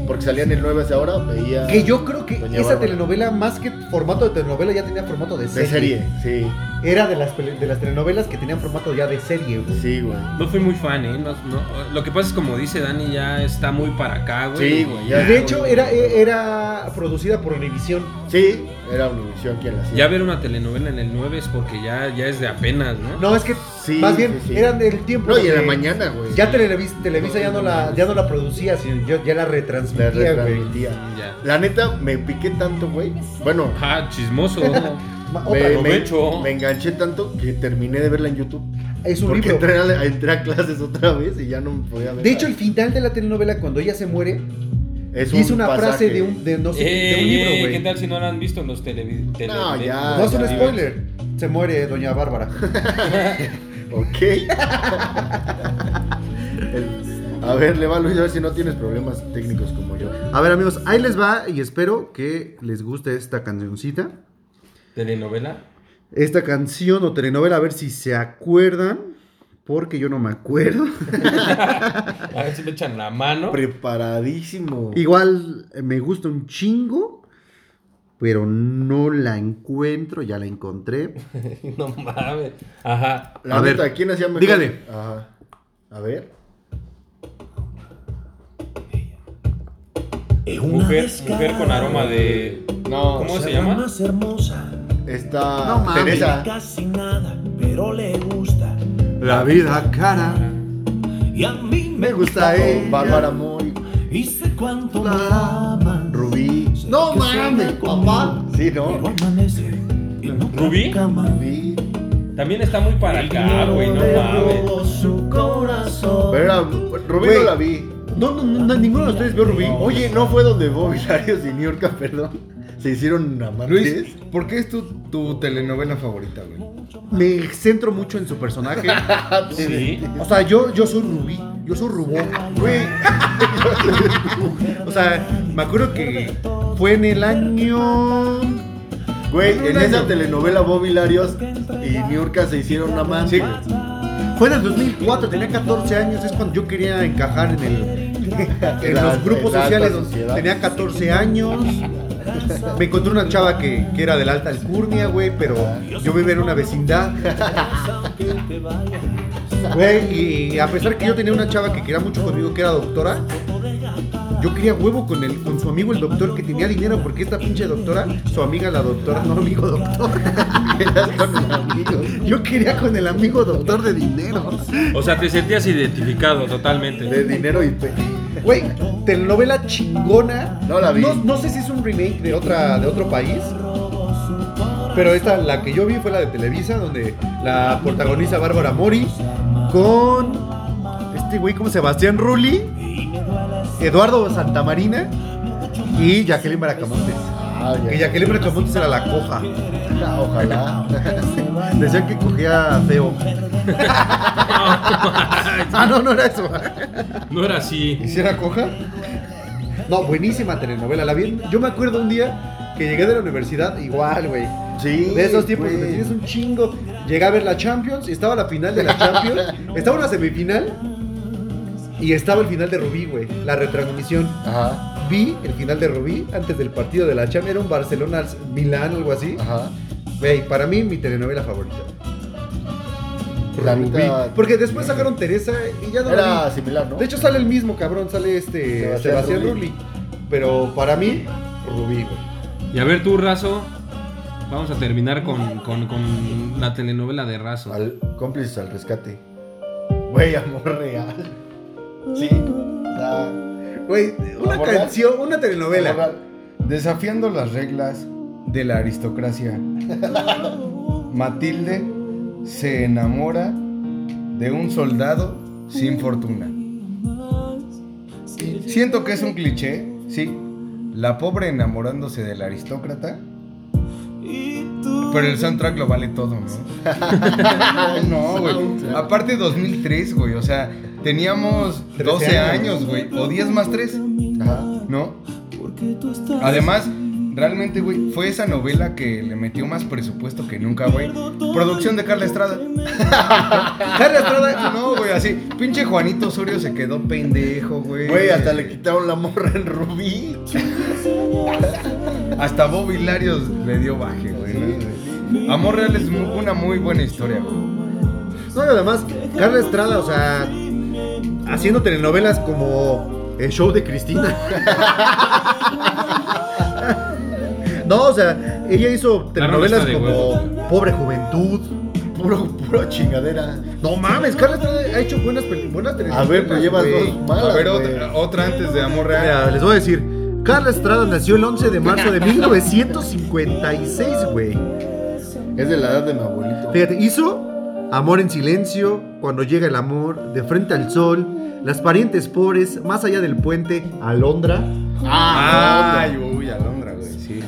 Speaker 5: porque salían el 9 a esa hora, veía
Speaker 7: Que yo creo que
Speaker 5: Doña
Speaker 7: esa
Speaker 5: Bárbara.
Speaker 7: telenovela, más que formato de telenovela, ya tenía formato de serie.
Speaker 5: de serie, sí,
Speaker 7: Era de las, pele- de las telenovelas que tenían formato ya de serie, güey.
Speaker 5: sí, güey.
Speaker 10: No fui muy fan, ¿eh? No- no- Lo que pasa es como dice Dani, ya está muy para acá, güey.
Speaker 5: Sí, güey,
Speaker 7: Y
Speaker 5: ya.
Speaker 7: de hecho, era, e- era producida por Univisión.
Speaker 5: Sí, era Univisión quien la hacía.
Speaker 10: Ya ver una telenovela en el 9 es porque ya, ya es de apenas, ¿no?
Speaker 7: No, es que
Speaker 5: Sí,
Speaker 7: más bien
Speaker 5: sí, sí.
Speaker 7: eran del tiempo.
Speaker 5: No, y en la
Speaker 7: donde
Speaker 5: mañana, güey.
Speaker 7: Pues, Ya Televis- Televisa, ya, no la, ya no la producía, sino ya, ya la
Speaker 5: la
Speaker 7: retransmitía, güey.
Speaker 5: retransmitía.
Speaker 10: Ya.
Speaker 5: La neta, me piqué tanto, güey. Bueno,
Speaker 10: Ah, chismoso.
Speaker 7: Ma- otra,
Speaker 5: me,
Speaker 10: lo
Speaker 5: me-
Speaker 10: hecho.
Speaker 5: me enganché tanto que terminé de verla en YouTube.
Speaker 7: es un
Speaker 5: porque
Speaker 7: libro.
Speaker 5: entré a, entré a clases otra vez y ya no me podía ver.
Speaker 7: De hecho, el final de la telenovela, cuando ella se muere,
Speaker 5: es
Speaker 7: dice una frase
Speaker 5: pasaje.
Speaker 7: de un, de, no sé, de un libro,
Speaker 10: Ey,
Speaker 2: Eh,
Speaker 10: ey,
Speaker 7: güey.
Speaker 10: Eh, ¿Qué tal si no la han visto en los televi- tele-
Speaker 5: No,
Speaker 10: tele-
Speaker 5: ya.
Speaker 7: No es un
Speaker 5: Ah, ya.
Speaker 7: spoiler. Se muere Doña Bárbara.
Speaker 5: Ok. El- a ver, le va Luis, a ver si no tienes problemas técnicos como yo.
Speaker 3: A ver, amigos, ahí les va y espero que les guste esta cancioncita.
Speaker 10: telenovela.
Speaker 3: Esta canción o telenovela, a ver si se acuerdan. Porque yo no me acuerdo.
Speaker 10: A ver si me echan la mano.
Speaker 5: Preparadísimo.
Speaker 3: Igual eh, me gusta un chingo. Pero no la encuentro, ya la encontré.
Speaker 10: No mames. Ajá.
Speaker 5: La
Speaker 3: a ver,
Speaker 5: neta, ¿quién hacía mejor?
Speaker 3: dígale.
Speaker 5: Ajá. A ver.
Speaker 10: Mujer, mujer con aroma de.
Speaker 5: No,
Speaker 10: ¿Cómo se llama?
Speaker 4: Más hermosa,
Speaker 5: Esta
Speaker 3: No mames.
Speaker 5: Teresa.
Speaker 4: casi nada, pero le gusta.
Speaker 3: La vida cara.
Speaker 4: Y a mí
Speaker 5: Me gusta eh. Bárbara Mori.
Speaker 4: Y sé cuánto la aman.
Speaker 5: Rubí.
Speaker 4: No mames, papá.
Speaker 5: Sí, ¿no?
Speaker 10: ¿Rubí?
Speaker 5: Rubí.
Speaker 10: También está muy para acá, güey. No mames.
Speaker 4: su corazón.
Speaker 5: Pero era- Rubí
Speaker 3: Güey.
Speaker 5: no la vi.
Speaker 3: No, no, no, ninguno de ustedes vio Rubí.
Speaker 5: Oye, ¿no fue donde Bobby Larios y New York, ah, perdón? Se hicieron amantes.
Speaker 1: Luis, ¿por qué es tu, tu telenovela favorita, güey?
Speaker 3: Me centro mucho en su personaje.
Speaker 10: Sí.
Speaker 3: O sea, yo, yo soy Rubí. Yo soy Rubón. Güey. o sea, me acuerdo que fue en el año.
Speaker 5: Güey, en esa telenovela Bobby Larios y Niurka se hicieron amantes.
Speaker 3: Fue en el 2004, tenía 14 años. Es cuando yo quería encajar en el. En
Speaker 5: La-
Speaker 3: los grupos
Speaker 5: en la
Speaker 3: sociales
Speaker 5: alta sociedad.
Speaker 3: tenía 14 años. Me encontré una chava que, que era de la alta alcurnia, güey, pero yo vivía en una vecindad. Güey, y a pesar que yo tenía una chava que quería mucho conmigo, que era doctora, yo quería huevo con el, con su amigo el doctor que tenía dinero, porque esta pinche doctora, su amiga la doctora, no amigo doctor. Era con el amigo. Yo quería con el amigo doctor de dinero.
Speaker 10: O sea, te sentías identificado
Speaker 5: De
Speaker 10: totalmente.
Speaker 5: dinero y pe...
Speaker 3: Güey, telenovela chingona.
Speaker 5: No la vi.
Speaker 3: No, no sé si es un remake de otra de otro país. Pero esta, la que yo vi fue la de Televisa, donde la protagoniza Bárbara Mori con este güey como Sebastián Rulli, Eduardo Santamarina y Jacqueline Bracamontes.
Speaker 5: Ah, ya.
Speaker 3: Que Jacqueline Bracamontes era la coja.
Speaker 5: Ah, Ojalá.
Speaker 3: Decían que cogía feo. ah, no, no era eso.
Speaker 10: No era así.
Speaker 3: ¿Hiciera coja? No, buenísima telenovela. La vi. Yo me acuerdo un día que llegué de la universidad, igual, güey.
Speaker 5: Sí.
Speaker 3: De esos tiempos
Speaker 5: güey.
Speaker 3: donde tienes un chingo. Llegué a ver la Champions, estaba la final de la Champions, estaba una semifinal y estaba el final de Rubí, güey. La retransmisión.
Speaker 5: Ajá,
Speaker 3: Vi el final de Rubí antes del partido de la Champions. Era un Barcelona-Milán, algo así.
Speaker 5: ajá.
Speaker 3: Güey, para mí, mi telenovela favorita.
Speaker 5: La
Speaker 3: Rubí.
Speaker 5: neta-
Speaker 3: Porque después sacaron Teresa y ya no la vi.
Speaker 5: Era similar, ¿no?
Speaker 3: De hecho sale el mismo cabrón, sale este
Speaker 5: Sebastián
Speaker 3: Sebastián,
Speaker 5: Rulli.
Speaker 3: Rulli. Pero para mí, Rubí, güey.
Speaker 10: Y a ver tú, Razo. Vamos a terminar con, con- con la telenovela de Razo.
Speaker 5: Al cómplices al rescate. Güey, amor real. Sí. La...
Speaker 3: Güey, una
Speaker 5: ¿Amor real?
Speaker 3: canción, una telenovela.
Speaker 5: Amor
Speaker 1: Desafiando las reglas de la aristocracia. Matilde se enamora de un soldado sin fortuna. Siento que es un cliché, sí. La pobre enamorándose del aristócrata. Pero el soundtrack lo vale todo, ¿no? no, güey. Aparte 2003, güey. O sea, teníamos 12 años, güey. O 10 más 3. ¿No? Además, realmente, güey, fue esa novela que le metió más presupuesto que nunca, güey. Producción de Carla Estrada. Carla Estrada, no, güey, así. Pinche Juanito Osorio se quedó pendejo, güey.
Speaker 5: Güey, hasta le quitaron la morra en rubí.
Speaker 1: Hasta Bob Hilarios le dio baje, güey. ¿no? Amor Real es mu- una muy buena historia, güey.
Speaker 3: No, y además, Carla Estrada, o sea, haciendo telenovelas como el show de Cristina. No, o sea, ella hizo telenovelas
Speaker 2: está de
Speaker 3: como Pobre Juventud.
Speaker 5: Puro, puro chingadera.
Speaker 3: No mames, Carla Estrada ha hecho buenas, peli- buenas
Speaker 5: A
Speaker 3: telenovelas.
Speaker 5: ver, pero llevas
Speaker 3: güey.
Speaker 5: dos malas.
Speaker 1: A ver,
Speaker 5: güey.
Speaker 1: otra, otra antes de Amor Real.
Speaker 3: Mira, les voy a decir. Carla Estrada nació el 11 de marzo de 1956, güey.
Speaker 5: Es de la edad de mi abuelito.
Speaker 3: Fíjate, hizo Amor en Silencio, Cuando llega el amor, De frente al sol, Las parientes pobres, Más allá del puente, Alondra,
Speaker 1: Ah, Ay, uy, Alondra, güey, sí.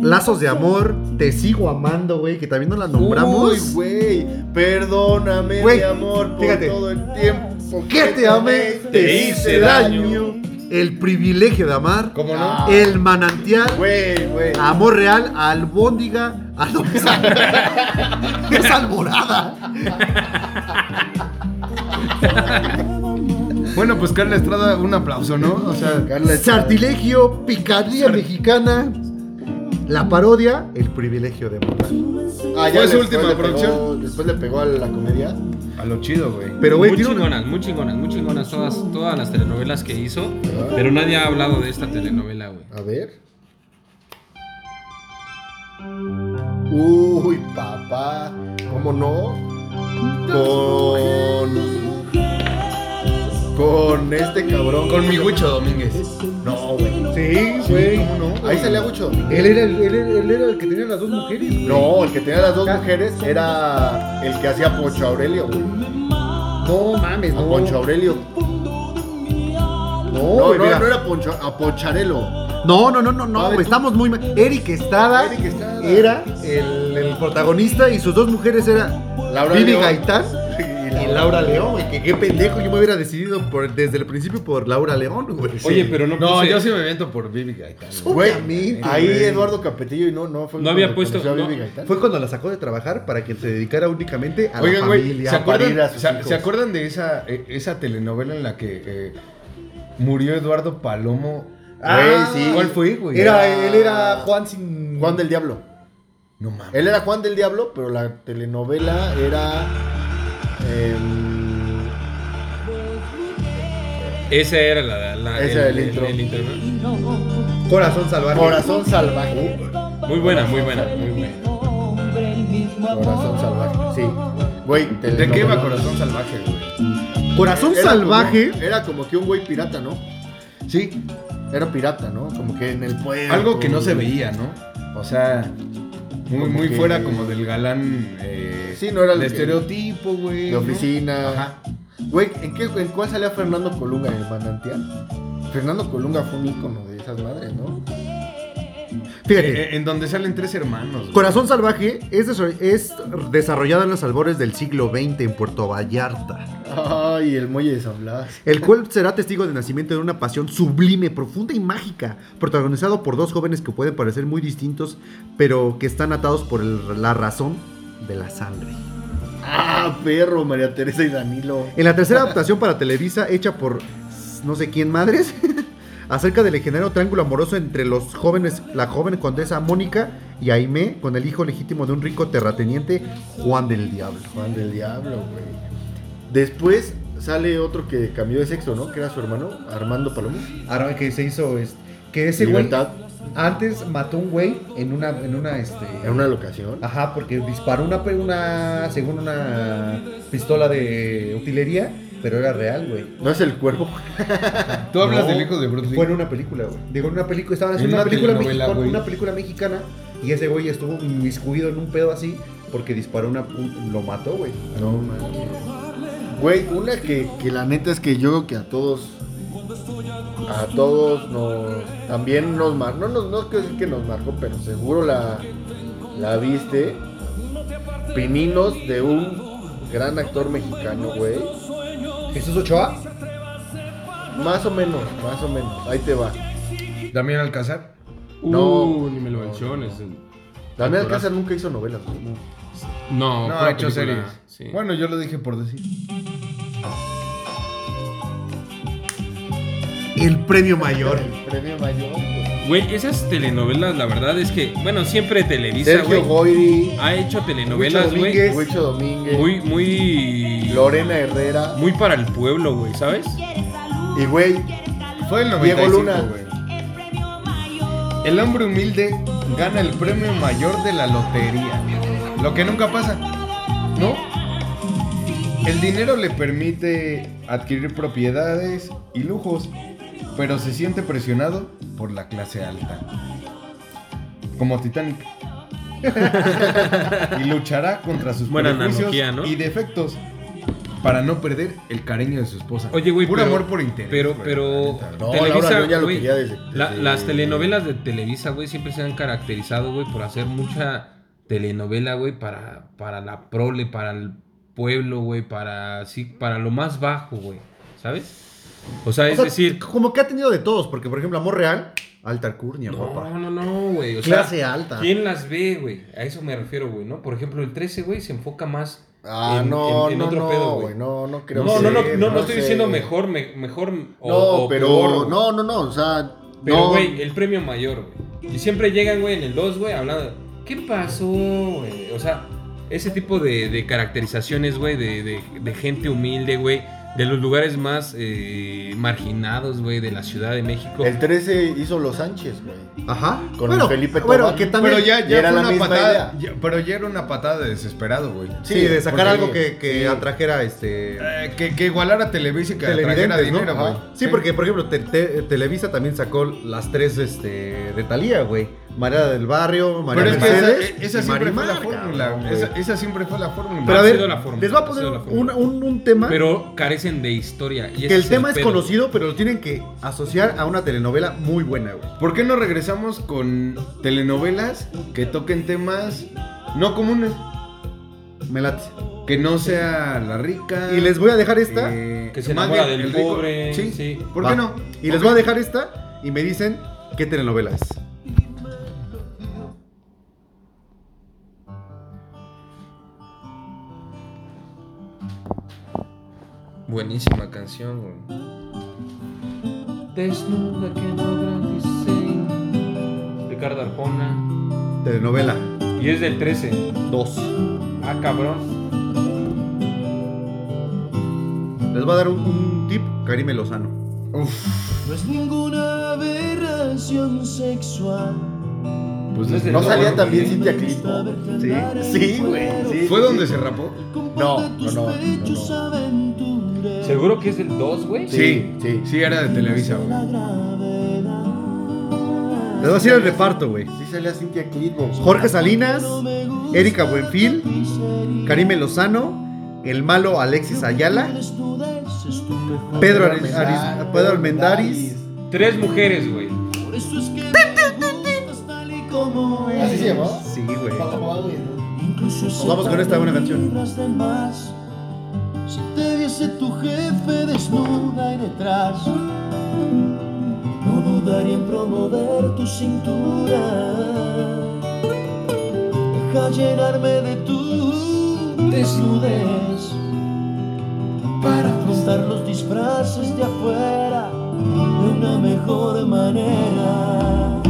Speaker 3: Lazos de amor, Te sigo amando, güey, que también no la
Speaker 5: Uy,
Speaker 3: nombramos.
Speaker 5: güey. Perdóname,
Speaker 3: Güey,
Speaker 5: mi amor, por
Speaker 3: fíjate.
Speaker 5: todo el tiempo.
Speaker 3: que te amé, te hice daño. Ah. El privilegio de amar,
Speaker 1: ¿Cómo no?
Speaker 3: El manantial,
Speaker 5: Güey, güey.
Speaker 3: Amor real, Albóndiga, Alonso. es alborada.
Speaker 1: Bueno, pues Carla Estrada, un aplauso, ¿no? O sea,
Speaker 5: Carla está-
Speaker 3: Sartilegio, Picardía mexicana. La parodia, El privilegio de amar.
Speaker 5: Ah,
Speaker 1: ¿Fue su
Speaker 5: después
Speaker 1: última
Speaker 5: le pegó-
Speaker 1: producción?
Speaker 5: después le pegó a la comedia.
Speaker 1: a lo chido, güey.
Speaker 3: Pero, güey,
Speaker 2: Muy
Speaker 3: tiene una-
Speaker 2: chingonas, muy chingonas, muy chingonas todas, todas las telenovelas que hizo. Pero nadie ha hablado de esta telenovela, güey.
Speaker 5: A ver. Uy, papá. ¿Cómo no? Con. Con este cabrón.
Speaker 1: Con mi Huicho Domínguez.
Speaker 5: No, güey.
Speaker 3: Sí,
Speaker 5: Sí, ¿cómo no? Ahí salía Gucho.
Speaker 3: Él era, el, él, él era el que tenía las dos mujeres. güey.
Speaker 5: No, el que tenía las dos mujeres era el que hacía Poncho Aurelio, güey.
Speaker 3: No mames,
Speaker 5: A
Speaker 3: no.
Speaker 5: Poncho Aurelio.
Speaker 3: No,
Speaker 5: No,
Speaker 3: güey,
Speaker 5: no,
Speaker 3: mira.
Speaker 5: no era Poncho, a Poncharelo.
Speaker 3: no, no, no, no, no,
Speaker 5: A ver,
Speaker 3: güey,
Speaker 5: tú-
Speaker 3: estamos muy mal. Eric Estrada,
Speaker 5: Eric Estrada.
Speaker 3: Ah, era el, el protagonista y sus dos mujeres eran
Speaker 5: Laura
Speaker 3: Vivi
Speaker 5: León.
Speaker 3: Gaitán
Speaker 5: Y
Speaker 3: y Laura León, güey. Que qué pendejo, yo me hubiera decidido por- desde el principio por Laura León, güey.
Speaker 2: Oye, pero no
Speaker 1: No,
Speaker 2: puse-
Speaker 1: yo sí me viento por Vivi Gaitán. güey.
Speaker 5: Güey,
Speaker 3: Obviamente,
Speaker 5: ahí
Speaker 3: güey.
Speaker 5: Eduardo Capetillo y no, no fue
Speaker 2: No había puesto-
Speaker 5: conoció a
Speaker 2: no.
Speaker 5: Vivi Gaitán.
Speaker 3: Fue cuando la sacó de trabajar para que se dedicara únicamente a la
Speaker 1: Oigan, güey,
Speaker 3: familia.
Speaker 1: ¿se
Speaker 5: parir a
Speaker 1: acuerdan,
Speaker 5: sus
Speaker 1: se-
Speaker 5: hijos.
Speaker 1: se acuerdan de esa, eh, esa telenovela en la que eh, murió Eduardo Palomo?
Speaker 3: Ah,
Speaker 1: Güey, sí. ¿Cuál fue, güey?
Speaker 3: Era, él era Juan sin.
Speaker 5: Juan del Diablo.
Speaker 1: No mames.
Speaker 5: Él era Juan del Diablo, pero la telenovela era. em,
Speaker 2: Esa era la, la-
Speaker 5: Ese
Speaker 2: el,
Speaker 5: era el intro.
Speaker 2: intro, ¿no?
Speaker 3: Corazón salvaje.
Speaker 5: Corazón salvaje.
Speaker 2: Muy buena, muy buena, muy buena.
Speaker 5: Corazón salvaje, sí. Güey,
Speaker 1: ¿De qué
Speaker 5: telenovela.
Speaker 1: va Corazón Salvaje, güey?
Speaker 3: Corazón
Speaker 5: Era
Speaker 3: salvaje.
Speaker 5: como- era como que un güey pirata, ¿no?
Speaker 1: Sí,
Speaker 5: Era pirata, ¿no? Como que en el pueblo.
Speaker 1: algo que no se veía, ¿no? O sea, muy,
Speaker 5: Como
Speaker 1: muy
Speaker 5: que-
Speaker 1: fuera como del galán. eh,
Speaker 5: Sí, no era
Speaker 1: de
Speaker 5: lo que-
Speaker 1: estereotipo, güey.
Speaker 5: De
Speaker 1: ¿no?
Speaker 5: oficina.
Speaker 1: Ajá.
Speaker 5: Güey, ¿en, qué, ¿en cuál salía Fernando Colunga en el manantial? Fernando Colunga fue un ícono de esas madres, ¿no?
Speaker 3: Fíjate.
Speaker 1: Eh, en donde salen tres hermanos.
Speaker 5: eh.
Speaker 1: güey.
Speaker 3: Corazón Salvaje es, desa- es desarrollado en los albores del siglo XX en Puerto Vallarta,
Speaker 5: Ay, el muelle de San Blas.
Speaker 3: el cual será testigo del nacimiento de una pasión sublime, profunda y mágica, protagonizado por dos jóvenes que pueden parecer muy distintos, pero que están atados por el- la razón de la sangre.
Speaker 5: Ah, perro, María Teresa y Danilo.
Speaker 3: En la tercera adaptación para Televisa, hecha por no sé quién madres, acerca del legendario triángulo amoroso entre los jóvenes, la joven condesa Mónica y Aimé, con el hijo legítimo de un rico terrateniente, Juan del Diablo.
Speaker 5: Juan del Diablo, güey. Después sale otro que cambió de sexo, ¿no? Que era su hermano, Armando Palomo.
Speaker 3: Ahora que se hizo es que ese güey
Speaker 5: Libertad.
Speaker 3: antes mató un güey en una en una este
Speaker 5: En una locación.
Speaker 3: ajá porque disparó una pe- una según una pistola de utilería pero era real güey
Speaker 5: No es el cuervo.
Speaker 1: Tú hablas
Speaker 3: No,
Speaker 1: del hijo de Bruce Lee.
Speaker 3: fue en una película güey digo en una película estaban haciendo
Speaker 1: En
Speaker 3: una,
Speaker 1: una
Speaker 3: película
Speaker 1: telenovela,
Speaker 3: mexicana,
Speaker 1: güey.
Speaker 3: una película mexicana y ese güey estuvo inmiscuido en un pedo así porque disparó una pu- lo mató, güey.
Speaker 5: No, man. Güey, una que, que la neta es que yo creo que a todos. A todos nos. También nos marcó. No, nos- no quiero decir que nos marcó, pero seguro la. La viste. Pininos de un gran actor mexicano, güey.
Speaker 3: Jesús Ochoa.
Speaker 5: Más o menos, más o menos. Ahí te va.
Speaker 1: ¿Damián Alcázar?
Speaker 2: Uh,
Speaker 5: No.
Speaker 2: ni me lo menciones.
Speaker 5: Damián Alcázar nunca hizo novelas, güey.
Speaker 2: No,
Speaker 1: No,
Speaker 2: pura
Speaker 1: ha hecho
Speaker 2: película,
Speaker 1: series.
Speaker 2: sí.
Speaker 1: Bueno, yo lo dije por decir.
Speaker 11: El premio mayor.
Speaker 5: El premio mayor. güey.
Speaker 2: Güey, esas telenovelas, la verdad es que, bueno, siempre Televisa,
Speaker 5: Sergio
Speaker 2: güey.
Speaker 5: Goyri.
Speaker 2: Ha hecho telenovelas, güey.
Speaker 5: Huicho Domínguez.
Speaker 2: Muy, muy.
Speaker 5: Lorena Herrera.
Speaker 2: Muy para el pueblo, güey, ¿sabes?
Speaker 5: Y, güey,
Speaker 1: Fue el
Speaker 5: Diego
Speaker 1: 95,
Speaker 5: Luna.
Speaker 1: güey. El hombre humilde gana el premio mayor de la lotería. Lo que nunca pasa. ¿No? El dinero le permite adquirir propiedades y lujos, pero se siente presionado por la clase alta. Como Titanic. y luchará contra sus
Speaker 2: Buena
Speaker 1: prejuicios
Speaker 2: analogía, ¿no?
Speaker 1: y defectos para no perder el cariño de su esposa.
Speaker 2: Oye, güey,
Speaker 1: Puro
Speaker 2: pero-
Speaker 1: amor por interés.
Speaker 2: Pero,
Speaker 1: güey,
Speaker 2: pero.
Speaker 1: la neta.
Speaker 5: No, Laura León ya lo
Speaker 2: güey,
Speaker 5: quería desde-
Speaker 2: la-
Speaker 5: desde-
Speaker 2: Las telenovelas de Televisa, güey, siempre se han caracterizado, güey, por hacer mucha telenovela, güey, para, para la prole, para el pueblo, güey, para, sí, para lo más bajo, güey, ¿sabes? O sea, es
Speaker 3: O sea,
Speaker 2: decir.
Speaker 3: como que ha tenido de todos, porque por ejemplo, Amor Real, alta alcurnia, papá.
Speaker 2: No, no, no, güey. O
Speaker 3: Clase
Speaker 2: sea,
Speaker 3: alta.
Speaker 2: ¿Quién las ve, güey? A eso me refiero, güey, ¿no? Por ejemplo, el 13, güey, se enfoca más
Speaker 5: Ah,
Speaker 2: en,
Speaker 5: no,
Speaker 2: en- en
Speaker 5: no,
Speaker 2: otro
Speaker 5: no,
Speaker 2: pedo,
Speaker 5: güey.
Speaker 2: güey.
Speaker 5: No, no creo.
Speaker 2: No, no, no, no,
Speaker 5: sé,
Speaker 2: no, estoy
Speaker 5: sé.
Speaker 2: diciendo mejor, me- mejor o,
Speaker 5: No,
Speaker 2: o
Speaker 5: pero
Speaker 2: peor, güey.
Speaker 5: no, no, no, o sea,
Speaker 2: Pero,
Speaker 5: no.
Speaker 2: güey, el premio mayor, güey. Y siempre llegan, güey, en el 2, güey, hablando. ¿Qué pasó, güey? O sea, ese tipo de, de caracterizaciones, güey, de, de- de gente humilde, güey, de los lugares más eh, marginados, güey, de la Ciudad de México.
Speaker 5: el 13 hizo los Sánchez, güey.
Speaker 3: Ajá.
Speaker 5: Con Felipe
Speaker 3: Bueno,
Speaker 5: Tobar.
Speaker 3: que también.
Speaker 1: Pero ya, ya
Speaker 5: Y era
Speaker 1: fue
Speaker 5: la
Speaker 1: una
Speaker 5: misma
Speaker 1: patada.
Speaker 5: idea.
Speaker 1: ya- pero ya era una patada de desesperado, güey.
Speaker 3: Sí, de sacar
Speaker 5: porque-
Speaker 3: algo que, que
Speaker 5: sí.
Speaker 3: atrajera este.
Speaker 1: Eh, que, que igualara Televisa y que trajera
Speaker 3: televidentes, ¿no?
Speaker 1: dinero, güey.
Speaker 3: Ajá. Sí, porque por ejemplo, te- te- Televisa también sacó las tres este, de Talía, güey. María del Barrio, María
Speaker 1: Pero es que esa, e-,
Speaker 3: Mercedes.
Speaker 1: esa
Speaker 3: y
Speaker 1: siempre fue
Speaker 3: Marimar,
Speaker 1: la fórmula.
Speaker 3: cabrón, güey.
Speaker 1: Esa, esa siempre fue la fórmula.
Speaker 3: Pero a
Speaker 2: Ha
Speaker 3: ver,
Speaker 2: sido la fórmula,
Speaker 3: les voy a
Speaker 2: ha
Speaker 3: poner
Speaker 2: sido la
Speaker 3: un,
Speaker 2: fórmula.
Speaker 3: un- un tema.
Speaker 2: Pero carecen de historia. y ese
Speaker 3: que el tema es
Speaker 2: pedo.
Speaker 3: conocido, pero lo tienen que asociar a una telenovela muy buena, güey.
Speaker 1: ¿Por qué no regresamos con telenovelas que toquen temas no comunes?
Speaker 3: Me late.
Speaker 1: Que no sea la rica.
Speaker 3: Y les voy a dejar esta.
Speaker 1: eh,
Speaker 2: Que se
Speaker 1: más
Speaker 2: enamora
Speaker 1: bien,
Speaker 2: del
Speaker 1: el rico.
Speaker 2: pobre,
Speaker 1: Sí,
Speaker 2: sí.
Speaker 1: ¿Por
Speaker 3: Va.
Speaker 1: qué no?
Speaker 3: Y les voy a dejar esta y me dicen qué telenovela es.
Speaker 2: Buenísima canción, güey.
Speaker 12: Desnuda que no habrá diseño.
Speaker 2: Ricardo Arjona.
Speaker 3: Telenovela
Speaker 2: Y es del 13.
Speaker 3: 2.
Speaker 2: Ah, cabrón.
Speaker 3: Les va a dar un, un tip, Karime Lozano.
Speaker 4: No es ninguna aberración sexual.
Speaker 1: Pues
Speaker 2: No es del
Speaker 5: No
Speaker 2: Pero
Speaker 5: salía
Speaker 2: bueno,
Speaker 5: también
Speaker 2: güey.
Speaker 5: Cintia Clipo.
Speaker 3: Sí.
Speaker 5: Sí, güey. sí.
Speaker 1: ¿Fue donde se rapó?
Speaker 5: No, no, no, no, no.
Speaker 2: ¿Seguro que es del 2, güey?
Speaker 5: Sí, sí.
Speaker 1: Sí, era de Televisa, güey.
Speaker 3: Les voy a decir el reparto, güey.
Speaker 5: Sí salía Cintia Clipo.
Speaker 3: Jorge Salinas, Erika Buenfil, Karime Lozano, el malo Alexis Ayala, Pedro, Aris- Aris- Pedro Armendáriz.
Speaker 2: Tres mujeres, güey.
Speaker 5: Así se llamaba.
Speaker 3: Sí, güey.
Speaker 4: Pues Vamos con esta buena canción. Si te viese tu jefe desnuda y detrás, no dudaría en promover tu cintura. Deja llenarme de tu desnudez para afrontar los disfraces de afuera de una mejor manera.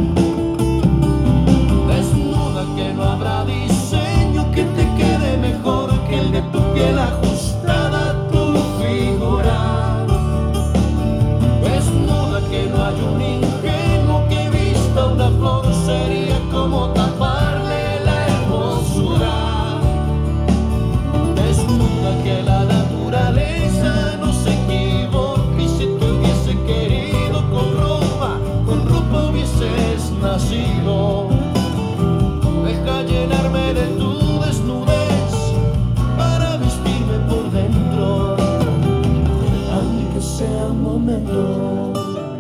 Speaker 4: Desnuda que no habrá diseño que te quede mejor que el de tu piel ajustada a tu figura. Desnuda que no hay un ingenuo que vista una flor sería como taparle la hermosura. Desnuda que la naturaleza no se equivoca y si te hubiese querido con ropa, con ropa hubieses nacido. Deja llenarme de tu desnudez. momento.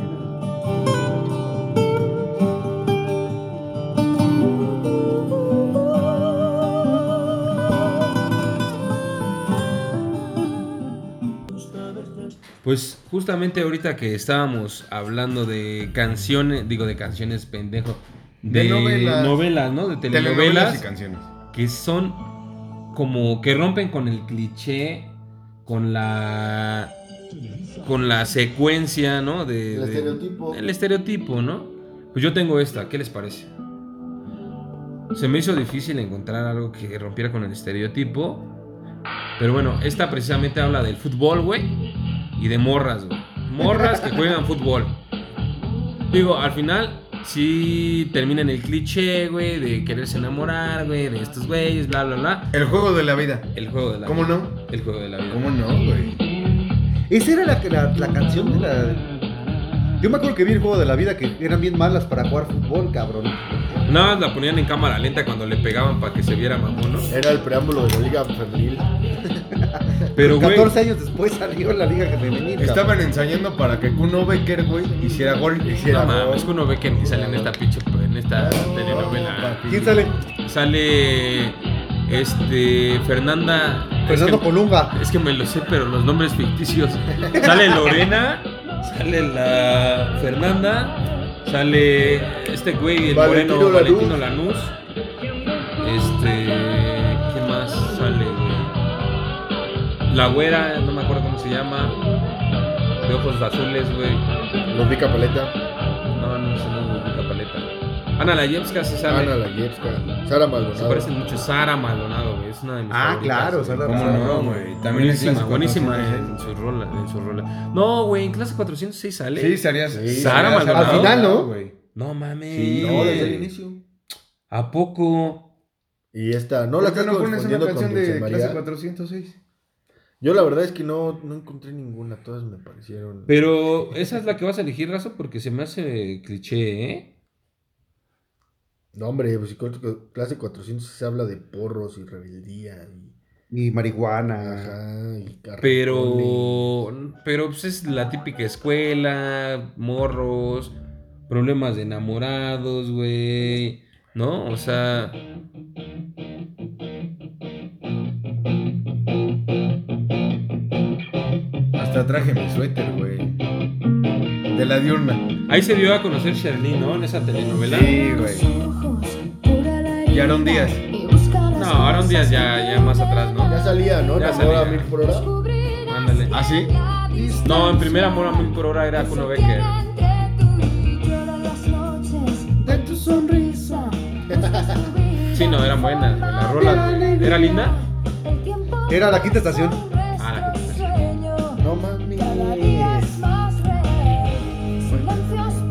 Speaker 2: Pues justamente ahorita que estábamos hablando de canciones, digo de canciones pendejo, de,
Speaker 1: De novelas.
Speaker 2: novelas. ¿no? De
Speaker 1: Telenovelas y
Speaker 2: telenovelas
Speaker 1: canciones.
Speaker 2: que son como que rompen con el cliché, con la con la secuencia, ¿no? De,
Speaker 5: El
Speaker 2: de-
Speaker 5: estereotipo.
Speaker 2: El estereotipo, ¿no? Pues yo tengo esta, ¿qué les parece? Se me hizo difícil encontrar algo que rompiera con el estereotipo. Pero bueno, esta precisamente habla del fútbol, güey. Y de morras, güey. Morras que juegan fútbol. Digo, al final sí termina en el cliché, güey, de quererse enamorar, güey, de estos güeyes, bla, bla, bla.
Speaker 1: El juego de la vida.
Speaker 2: El juego de la
Speaker 1: ¿Cómo
Speaker 2: vida.
Speaker 1: no?
Speaker 2: El juego de la vida.
Speaker 1: ¿Cómo no, güey?
Speaker 7: Esa era la, la- la canción de la. Yo me acuerdo que vi el juego de la vida que eran bien malas para jugar fútbol, cabrón.
Speaker 2: Nada más la ponían en cámara lenta cuando le pegaban para que se viera mamón, ¿no?
Speaker 5: Era el preámbulo de la Liga Femenil.
Speaker 2: Pero, güey,
Speaker 7: 14 años después salió la liga femenina.
Speaker 1: Estaban ensayando para que Kuno Becker, güey, hiciera gol.
Speaker 2: no
Speaker 1: Hiciera
Speaker 2: mames, que uno ve que ni sale en esta pinche, en esta telenovela.
Speaker 7: ¿Quién sale?
Speaker 2: Sale, este, Fernanda...
Speaker 7: Fernando
Speaker 2: es que-
Speaker 7: Colunga.
Speaker 2: Es que me lo sé, pero los nombres ficticios. Sale Lorena, sale la Fernanda, sale este güey, el
Speaker 5: Valentino
Speaker 2: moreno
Speaker 5: Lanús.
Speaker 2: Valentino Lanús. Este. ¿Qué más sale, güey? La güera, no me acuerdo cómo se llama. De ojos azules, güey.
Speaker 5: Los Vica Paleta,
Speaker 2: No, no sé, no, Luca Paleta. Ana Layevska se sale.
Speaker 5: Ana Lajewska, Sara
Speaker 2: Se
Speaker 5: Maldonado.
Speaker 2: parecen mucho. Sara Maldonado, güey. Es una de mis
Speaker 7: Ah,
Speaker 2: favoritas,
Speaker 7: claro,
Speaker 2: güey.
Speaker 7: Sara
Speaker 1: ¿Cómo no, güey? También en
Speaker 2: buenísima,
Speaker 1: clase
Speaker 2: buenísima
Speaker 1: 406.
Speaker 2: en su rola, en su rola. No, güey, en clase 406 sale.
Speaker 1: Sí, sería
Speaker 5: Sí.
Speaker 2: Sara Maldonado.
Speaker 7: Al final, ¿no?
Speaker 1: güey.
Speaker 2: No mames.
Speaker 1: Sí,
Speaker 5: No, desde el
Speaker 1: inicio.
Speaker 2: ¿A poco?
Speaker 5: Y esta, no
Speaker 1: ¿Por
Speaker 5: la
Speaker 1: qué
Speaker 5: estás
Speaker 1: no pones una
Speaker 5: confundiendo
Speaker 1: canción
Speaker 5: con Dulce
Speaker 1: de
Speaker 5: María.
Speaker 1: clase 406?
Speaker 5: Yo la verdad es que no, no encontré ninguna, todas me parecieron.
Speaker 2: Pero esa es la que vas a elegir, Razo, porque se me hace cliché, ¿eh?
Speaker 5: No, hombre, pues, si col- clase 400 se habla de porros y rebeldía y,
Speaker 7: Y marihuana.
Speaker 5: ajá, y carretón y-
Speaker 2: Pero. Pero pues es la típica escuela, morros, problemas de enamorados, güey. ¿No? O sea.
Speaker 1: Hasta traje mi suéter, güey. De la diurna.
Speaker 2: Ahí se dio a conocer Sherlyn, ¿no? En esa telenovela.
Speaker 1: Sí, güey. Y Aarón Díaz.
Speaker 2: No, Aaron Díaz ya, ya más atrás, ¿no?
Speaker 5: Ya salía, ¿no?
Speaker 2: Ya
Speaker 5: La moda
Speaker 2: salía.
Speaker 5: mil por hora.
Speaker 2: Ándale.
Speaker 1: ¿Ah, sí?
Speaker 2: No, en primera amor a mil por hora era Kuno Becker.
Speaker 8: De tu sonrisa.
Speaker 2: Sí, no, eran buenas. güey. La rola era linda.
Speaker 7: Era la quinta estación.
Speaker 2: Ah, la quinta
Speaker 5: No mames.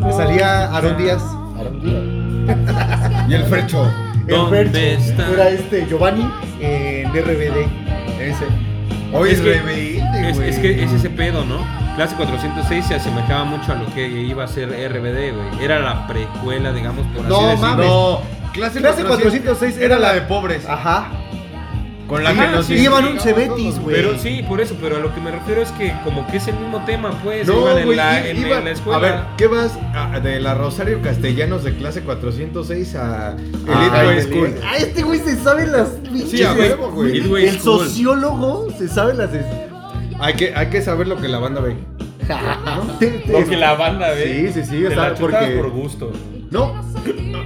Speaker 7: Me salía Aaron Díaz.
Speaker 5: Arandía.
Speaker 1: Y el Frecho.
Speaker 7: El
Speaker 2: ¿Dónde
Speaker 7: Fercho.
Speaker 2: está?
Speaker 7: Era este Giovanni en RBD.
Speaker 1: Ese. Hoy
Speaker 2: Es
Speaker 1: es,
Speaker 2: que-
Speaker 1: rebelde,
Speaker 2: Es,
Speaker 1: güey.
Speaker 2: es que es ese pedo, ¿no? Clase 406 se asemejaba mucho a lo que iba a ser RBD, güey. Era la precuela, digamos, por
Speaker 7: No,
Speaker 2: así decirlo.
Speaker 7: mames.
Speaker 1: No. Clase,
Speaker 7: Clase 406
Speaker 1: era la Ah, de pobres.
Speaker 7: Ajá.
Speaker 1: Con la
Speaker 3: Ah,
Speaker 2: Ajá,
Speaker 1: que nos
Speaker 2: sí.
Speaker 7: Llevan un Cebetis, güey.
Speaker 2: Pero sí, por eso, pero a lo que me refiero es que como que es el mismo tema, pues,
Speaker 1: No,
Speaker 2: iban en,
Speaker 1: güey,
Speaker 2: la,
Speaker 1: i-
Speaker 2: en-
Speaker 1: iba-
Speaker 2: en la escuela.
Speaker 1: A ver, ¿qué vas a- de la Rosario Castellanos de clase 406 a Elite
Speaker 5: Ah,
Speaker 1: High
Speaker 5: Elite.
Speaker 1: School?
Speaker 7: Ah, este güey se sabe las
Speaker 1: Sí, a huevo, güey.
Speaker 2: It was
Speaker 7: el
Speaker 2: cool.
Speaker 7: sociólogo se sabe las.
Speaker 1: Hay que, hay que saber lo que la banda ve.
Speaker 2: Lo que la banda ve.
Speaker 7: Sí, sí, sí, o
Speaker 2: Te
Speaker 7: sea,
Speaker 2: la chutabas
Speaker 7: porque-
Speaker 2: por gusto.
Speaker 1: No,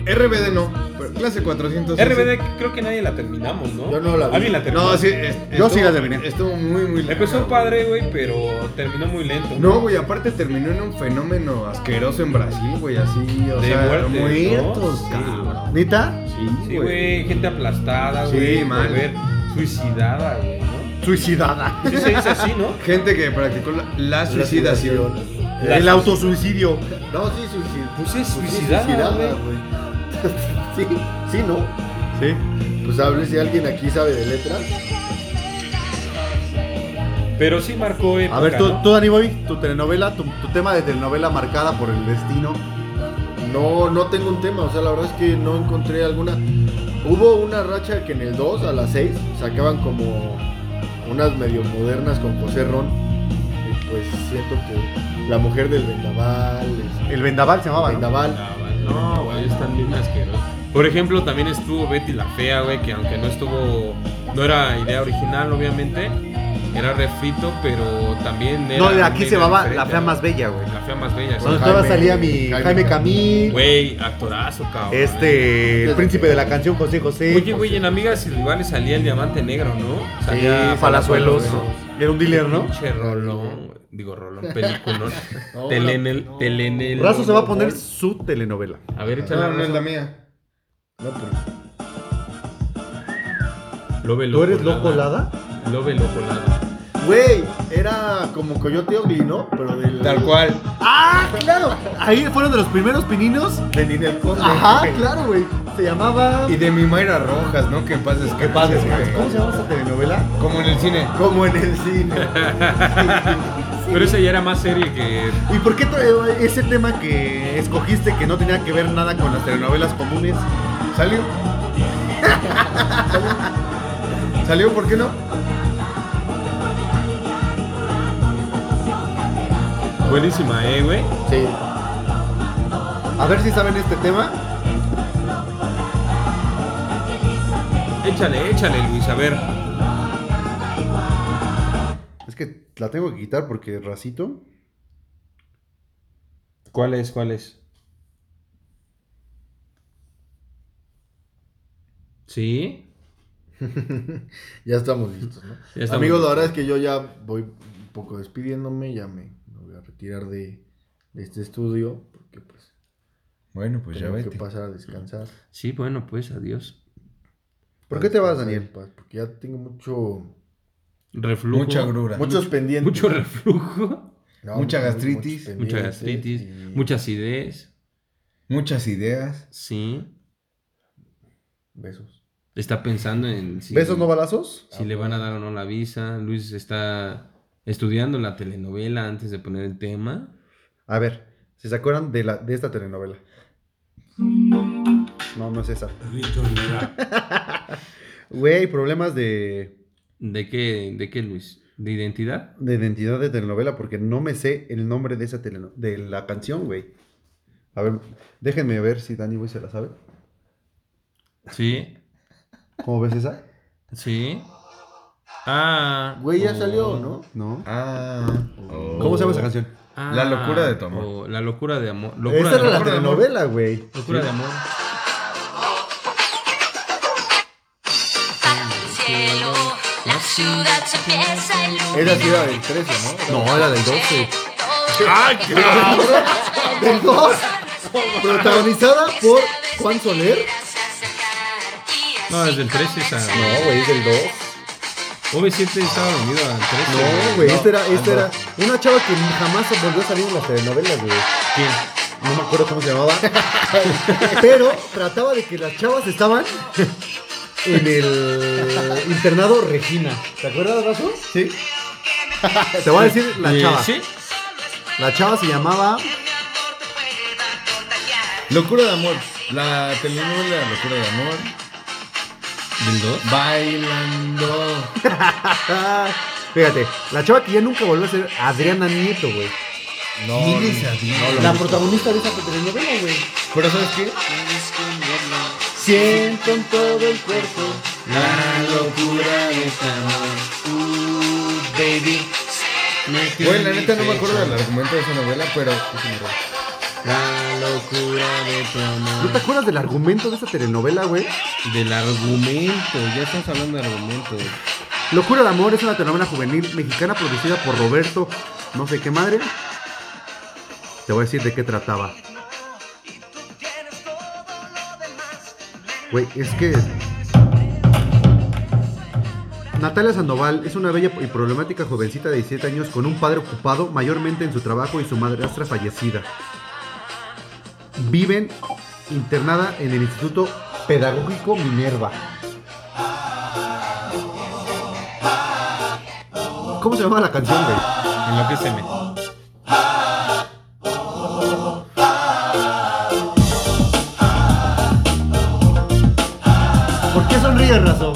Speaker 1: RBD no, pero clase 406.
Speaker 2: RBD creo que nadie la terminamos, ¿no?
Speaker 5: Yo no la vi.
Speaker 2: ¿Alguien la terminó?
Speaker 1: No, sí, es-
Speaker 7: Yo sí la
Speaker 1: estuvo-
Speaker 7: terminé.
Speaker 1: Estuvo muy, muy larga,
Speaker 2: Empezó
Speaker 1: güey.
Speaker 2: padre, güey, pero terminó muy lento.
Speaker 1: No, güey, aparte terminó en un fenómeno asqueroso en Brasil, güey, así, o
Speaker 2: De
Speaker 1: sea,
Speaker 2: muertes, ¿no?
Speaker 1: muertos,
Speaker 2: Sí,
Speaker 1: cabrón.
Speaker 7: ¿Neta?
Speaker 1: Sí,
Speaker 2: Sí, güey, gente aplastada,
Speaker 1: Sí,
Speaker 2: güey.
Speaker 1: mal.
Speaker 2: por ver, suicidada, güey, ¿no?
Speaker 7: Suicidada.
Speaker 2: Sí se dice así, ¿no?
Speaker 1: Gente que practicó la, la
Speaker 5: La
Speaker 1: suicidación.
Speaker 7: El autosuicidio.
Speaker 5: No, sí, suicid-
Speaker 2: Pues es
Speaker 5: pues sí,
Speaker 2: suicidada, güey.
Speaker 5: güey. sí, sí, ¿no?
Speaker 7: Sí.
Speaker 5: Pues hable si alguien aquí sabe de letras.
Speaker 2: Pero sí marcó época,
Speaker 7: A ver, tú,
Speaker 2: ¿no?
Speaker 7: tú Dani Boy, tu telenovela, tu, tu tema de telenovela marcada por el destino.
Speaker 5: No, no tengo un tema, o sea, la verdad es que no encontré alguna. Hubo una racha que en el 2 a las 6 sacaban como unas medio modernas con José Ron. Y pues sí cierto que la mujer del vendaval. este,
Speaker 3: El vendaval
Speaker 7: Ah,
Speaker 3: se llamaba. ¿no?
Speaker 5: vendaval.
Speaker 2: No, güey, están bien asquerosos. Por ejemplo, también estuvo Betty la Fea, güey, que aunque no estuvo. No era idea original, obviamente. Era refrito, pero también era.
Speaker 3: No, aquí se
Speaker 2: medio
Speaker 3: llamaba la
Speaker 2: diferente,
Speaker 3: fea
Speaker 2: ¿no?
Speaker 3: más bella, güey.
Speaker 2: La fea más bella, sí.
Speaker 3: Donde todavía
Speaker 5: Jaime-
Speaker 3: salía mi
Speaker 5: Jaime
Speaker 3: Jaime Camil,
Speaker 2: Güey, actorazo, cabrón.
Speaker 3: este, el príncipe de la canción José José.
Speaker 2: Oye, güey, en Amigas y Rivales salía el diamante negro, ¿no?
Speaker 3: Sí,
Speaker 2: Salía
Speaker 3: Palazuelos.
Speaker 2: güey.
Speaker 3: Era un dealer, ¿no?
Speaker 2: Pinche rolón, güey. digo rolón, peliculón. Telenel, telenel.
Speaker 3: Razo se va a poner su telenovela.
Speaker 2: A ver, échale
Speaker 1: No, no es
Speaker 2: Razo.
Speaker 1: la mía. No, pero.
Speaker 2: Lo ve
Speaker 3: ¿Tú eres loco Lada?
Speaker 2: Lo ve loco lada.
Speaker 5: Güey, era como Coyote Ugly, ¿no? Pero del.
Speaker 1: Tal cual.
Speaker 3: ¡Ah, claro! Ahí fueron de los primeros pininos.
Speaker 5: De Ninel Conde.
Speaker 3: Ajá, claro, güey. Se llamaba...
Speaker 1: Y de mi Mayra Rojas, ¿no? Que en paz descanse, güey.
Speaker 3: ¿Cómo se llama esa telenovela?
Speaker 1: Como en el cine.
Speaker 5: Como en el cine.
Speaker 2: Pero esa ya era más serie que.
Speaker 3: ¿Y por qué tra- ese tema que escogiste que no tenía que ver nada con las telenovelas comunes?
Speaker 1: ¿Salió? ¿Salió? ¿Salió? ¿Por qué no?
Speaker 2: Buenísima, eh, güey.
Speaker 5: Sí.
Speaker 3: A ver si saben este tema.
Speaker 2: Échale, échale, Luis, a ver.
Speaker 3: Es que la tengo que quitar porque racito.
Speaker 2: ¿Cuál es? ¿Cuál es? ¿Sí?
Speaker 5: Ya estamos listos, ¿no?
Speaker 2: Ya estamos
Speaker 5: Amigos, la
Speaker 2: listos.
Speaker 5: verdad es que yo ya voy un poco despidiéndome, ya me, me voy a retirar de, de este estudio, porque pues
Speaker 1: Bueno, pues ya
Speaker 5: tengo que
Speaker 1: vete.
Speaker 5: pasar a descansar.
Speaker 2: Sí, bueno, pues adiós.
Speaker 3: ¿Por qué te vas,
Speaker 5: Descansar en
Speaker 3: Daniel?
Speaker 5: paz, Porque ya tengo mucho,
Speaker 2: Reflujo.
Speaker 1: Mucha grura.
Speaker 5: muchos pendientes.
Speaker 2: Mucho reflujo.
Speaker 5: No,
Speaker 1: mucha
Speaker 5: muchos
Speaker 1: gastritis.
Speaker 5: pendientes eh,
Speaker 2: Mucha gastritis.
Speaker 5: y-
Speaker 2: Muchas ideas.
Speaker 1: Muchas ideas.
Speaker 2: Sí.
Speaker 5: Besos.
Speaker 2: Está pensando en si,
Speaker 3: ¿Besos no balazos?
Speaker 2: si le van a dar o no la visa. Luis está estudiando la telenovela antes de poner el tema.
Speaker 3: A ver, si se acuerdan de, la, de esta telenovela. No, no es esa. Güey, problemas de,
Speaker 2: ¿De qué, de qué Luis? ¿De identidad?
Speaker 3: de identidad de telenovela porque no me sé el nombre de esa teleno- de la canción, güey. A ver, déjenme ver si Dani Boy se la sabe.
Speaker 2: Sí.
Speaker 3: ¿Cómo ves esa?
Speaker 2: Sí. Ah.
Speaker 5: Güey, ya
Speaker 2: oh,
Speaker 5: salió, ¿no?
Speaker 3: No.
Speaker 1: Ah. oh.
Speaker 3: ¿Cómo se llama esa canción?
Speaker 2: ah,
Speaker 1: La locura de tu amor.
Speaker 2: oh, la locura de amor. Locura
Speaker 3: Esta
Speaker 2: de
Speaker 3: era la
Speaker 2: amor.
Speaker 3: telenovela, güey.
Speaker 2: Locura de amor.
Speaker 8: cielo, la ciudad se empieza a iluminar.
Speaker 5: Era ciudad del 13, ¿no?
Speaker 3: No, era del 12.
Speaker 8: ¡Ay,
Speaker 3: Del 2. Protagonizada por Juan Soler.
Speaker 2: No, es del 13 esa.
Speaker 3: No, güey, es del 2.
Speaker 2: OV7 estaba vendido al 13.
Speaker 3: No, güey, esta era, esta era una chava que jamás volvió a salir en las telenovelas, güey.
Speaker 2: ¿Quién?
Speaker 3: No me acuerdo cómo se llamaba. pero trataba de que las chavas estaban en el internado Regina. ¿Te acuerdas, Razo? Sí. Te voy a decir la
Speaker 2: Eh,
Speaker 3: chava.
Speaker 2: ¿Sí?
Speaker 3: La chava se llamaba.
Speaker 1: Locura de amor. La telenovela Locura de amor.
Speaker 2: ¿Del 2?
Speaker 1: Bailando.
Speaker 3: Fíjate, la chava que ya nunca volvió a ser Adriana Nieto, güey.
Speaker 1: No. ¿Quién es Adriana?
Speaker 3: La protagonista de esa telenovela, güey.
Speaker 1: Pero ¿sabes qué?
Speaker 3: Siento en todo el cuerpo.
Speaker 2: La locura de tu amor. Uh, baby.
Speaker 1: Güey, la neta no me acuerdo del argumento de esa novela, pero.
Speaker 2: La locura de tu
Speaker 3: ¿No te
Speaker 2: amor.
Speaker 3: acuerdas del argumento de esa telenovela, güey?
Speaker 2: Del argumento, ya estamos hablando de argumento.
Speaker 3: Locura de Amor es una telenovela juvenil mexicana producida por Roberto, no sé qué madre. Te voy a decir de qué trataba. Güey, es que... Natalia Sandoval es una bella y problemática jovencita de 17 años con un padre ocupado mayormente en su trabajo y su madrastra fallecida. Viven internada en el Instituto Pedagógico Minerva. ¿Cómo se llama la canción, güey?
Speaker 2: Enloqueceme.
Speaker 3: ¿Por qué sonríes, Razo?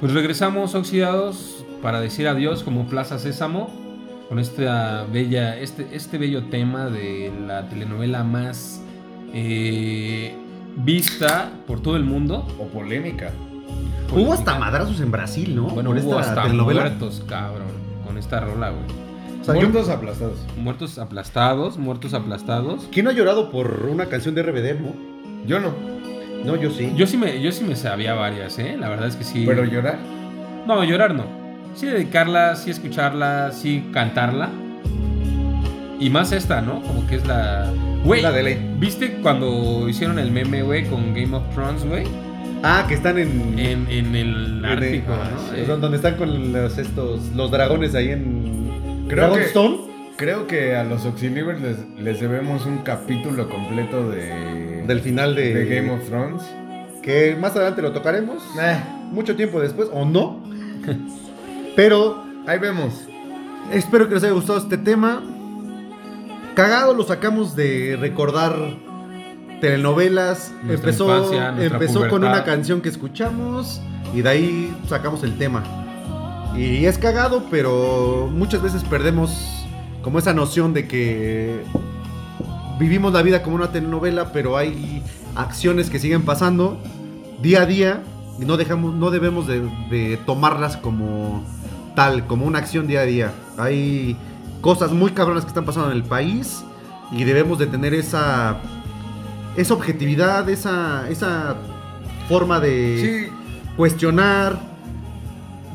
Speaker 2: Pues regresamos oxidados para decir adiós como Plaza Sésamo con esta bella, este, este bello tema de la telenovela más eh, vista por todo el mundo.
Speaker 1: O polémica.
Speaker 3: Hubo hasta madrazos en Brasil, ¿no?
Speaker 2: Pues Bueno,
Speaker 3: Por
Speaker 2: hubo
Speaker 3: esta
Speaker 2: hasta
Speaker 3: telenovela.
Speaker 2: muertos, cabrón, con esta rola, güey.
Speaker 3: O sea, yo-
Speaker 1: Muertos aplastados.
Speaker 2: Muertos aplastados, muertos aplastados.
Speaker 3: ¿Quién no ha llorado por una canción de RBD, no?
Speaker 1: Yo no.
Speaker 3: No, yo sí.
Speaker 2: Yo sí me, yo sí me sabía varias, ¿eh? La verdad es que sí.
Speaker 1: Pero llorar.
Speaker 2: No, llorar no. Sí dedicarla, sí escucharla, sí cantarla. Y más esta, ¿no? Como que es la... Güey,
Speaker 3: La de ley.
Speaker 2: ¿viste cuando hicieron el meme, güey, con Game of Thrones, güey?
Speaker 3: Ah, que están en...
Speaker 2: En, en el
Speaker 3: en-
Speaker 2: Ártico,
Speaker 3: ah,
Speaker 2: ¿no?
Speaker 3: sí,
Speaker 2: Eh,
Speaker 3: Donde están con los, estos, los dragones ahí en...
Speaker 1: Creo que-
Speaker 3: Dragonstone.
Speaker 1: Creo que a los Oxylivers les, les debemos un capítulo completo de.
Speaker 3: Del final de...
Speaker 1: de Game of Thrones.
Speaker 3: que más adelante lo tocaremos,
Speaker 2: Eh.
Speaker 3: mucho tiempo después o no. Pero
Speaker 1: Ahí vemos.
Speaker 3: espero que les haya gustado este tema. Cagado lo sacamos de recordar telenovelas.
Speaker 2: Nuestra
Speaker 3: empezó
Speaker 2: infancia, nuestra
Speaker 3: empezó con
Speaker 2: pubertad.
Speaker 3: una canción que escuchamos y de ahí sacamos el tema. Y es cagado, pero muchas veces perdemos como esa noción de que vivimos la vida como una telenovela, pero hay acciones que siguen pasando día a día y no dejamos, no debemos de, de tomarlas como tal, como una acción día a día. Hay cosas muy cabronas que están pasando en el país y debemos de tener esa esa objetividad, esa esa forma de
Speaker 1: Sí,
Speaker 3: cuestionar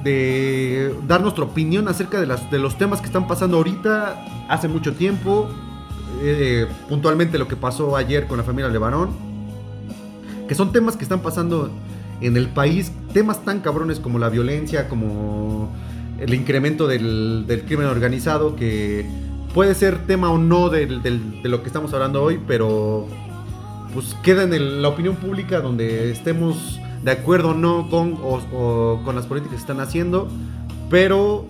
Speaker 3: de dar nuestra opinión acerca de, las, de los temas que están pasando ahorita, hace mucho tiempo, eh, puntualmente lo que pasó ayer con la familia Levarón, que son temas que están pasando en el país, temas tan cabrones como la violencia, como el incremento del, del crimen organizado, que puede ser tema o no del- del- de lo que estamos hablando hoy, pero pues queda en el- la opinión pública donde estemos de acuerdo o no con, o- o con las políticas que están haciendo, pero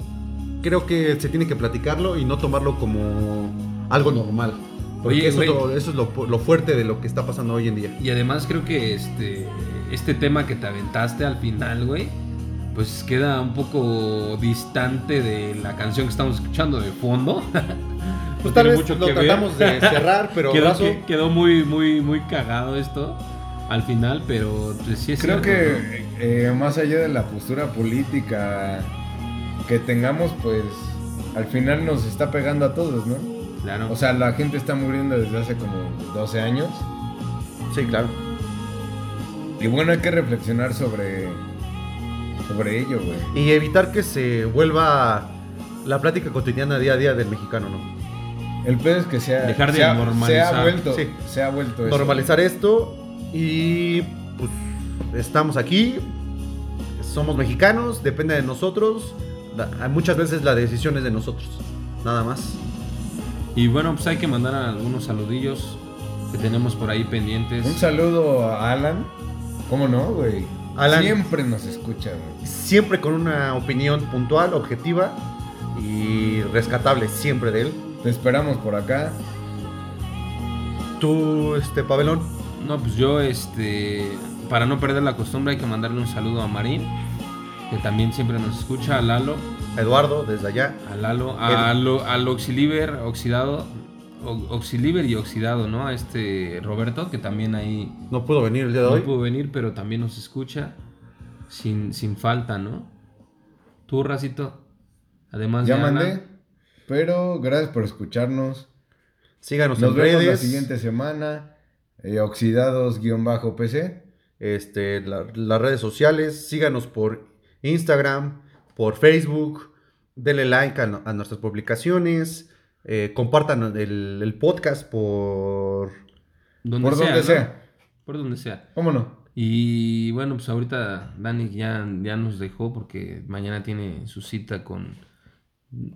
Speaker 3: creo que se tiene que platicarlo y no tomarlo como algo normal. Porque
Speaker 2: Oye,
Speaker 3: eso, es
Speaker 2: güey.
Speaker 3: lo- eso es lo, lo fuerte de lo que está pasando hoy en día.
Speaker 2: Y además creo que este, este tema que te aventaste al final, güey, pues queda un poco distante de la canción que estamos escuchando de fondo.
Speaker 3: Pues
Speaker 2: No
Speaker 3: tal
Speaker 2: tiene
Speaker 3: vez
Speaker 2: mucho
Speaker 3: lo
Speaker 2: que ver.
Speaker 3: tratamos de cerrar, pero
Speaker 2: quedó,
Speaker 3: Razo,
Speaker 2: que- quedó muy, muy, muy cagado esto al final, pero pues, sí es
Speaker 1: Creo
Speaker 2: cierto, ¿no?
Speaker 1: que eh, más allá de la postura política que tengamos, pues al final nos está pegando a todos, ¿no?
Speaker 2: Claro.
Speaker 1: O sea, la gente está muriendo desde hace como 12 años.
Speaker 3: sí, claro.
Speaker 1: Y bueno, hay que reflexionar sobre, sobre ello, güey.
Speaker 3: Y evitar que se vuelva la plática cotidiana día a día del mexicano, ¿no?
Speaker 1: El pedo es que sea,
Speaker 2: Dejar de
Speaker 1: se, ha,
Speaker 2: normalizar.
Speaker 1: se ha vuelto,
Speaker 3: Sí.
Speaker 1: se ha vuelto eso.
Speaker 3: Normalizar esto y pues estamos aquí, somos mexicanos, depende de nosotros, la- muchas veces la decisión es de nosotros, nada más.
Speaker 2: Y bueno, pues hay que mandar algunos saludillos que tenemos por ahí pendientes.
Speaker 1: Un saludo a Alan. ¿Cómo no, güey?
Speaker 3: Alan.
Speaker 1: Siempre nos escucha, güey.
Speaker 3: Siempre con una opinión puntual, objetiva y rescatable siempre de él.
Speaker 1: Te esperamos por acá.
Speaker 3: Tú, este Pavelón,
Speaker 2: No, pues yo, este, para no perder la costumbre, hay que mandarle un saludo a Marín, que también siempre nos escucha, a Lalo,
Speaker 3: Eduardo, desde allá.
Speaker 2: a Lalo, a lo- al Oxiliver oxidado, o- Oxiliver y oxidado, ¿no? A este Roberto, que también ahí
Speaker 3: No pudo venir el día de
Speaker 2: no
Speaker 3: hoy.
Speaker 2: pudo venir, pero también nos escucha sin, sin falta, ¿no? Tú, Racito, además
Speaker 1: Ya
Speaker 2: de Ana,
Speaker 1: mandé. Pero gracias por escucharnos.
Speaker 3: Síganos
Speaker 1: Nos
Speaker 3: en
Speaker 1: vemos
Speaker 3: redes.
Speaker 1: la siguiente semana. Eh, Oxidados-PC.
Speaker 3: Este, la- las redes sociales. Síganos por Instagram, por Facebook. Denle like a, a nuestras publicaciones. eh, compartan el, el podcast por.
Speaker 2: donde
Speaker 1: Por donde
Speaker 2: ¿no?
Speaker 1: sea.
Speaker 2: Por donde sea.
Speaker 1: ¿Cómo no?
Speaker 2: Y bueno, pues ahorita Dani ya, ya nos dejó porque mañana tiene su cita con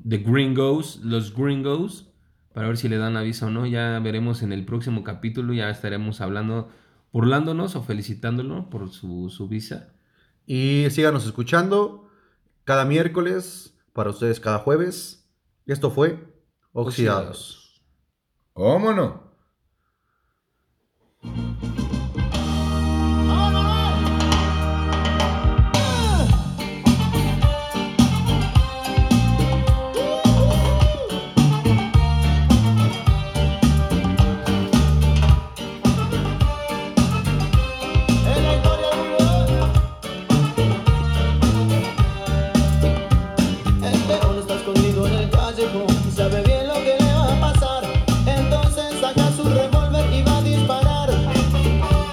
Speaker 2: The Gringos, los Gringos, para ver si le dan aviso o no. Ya veremos en el próximo capítulo, ya estaremos hablando, burlándonos o felicitándolo por su, su visa.
Speaker 3: Y síganos escuchando cada miércoles. Para ustedes cada jueves. Esto fue Oxidados.
Speaker 1: ¿Cómo no?
Speaker 13: Oh, no, no.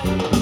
Speaker 4: este culpa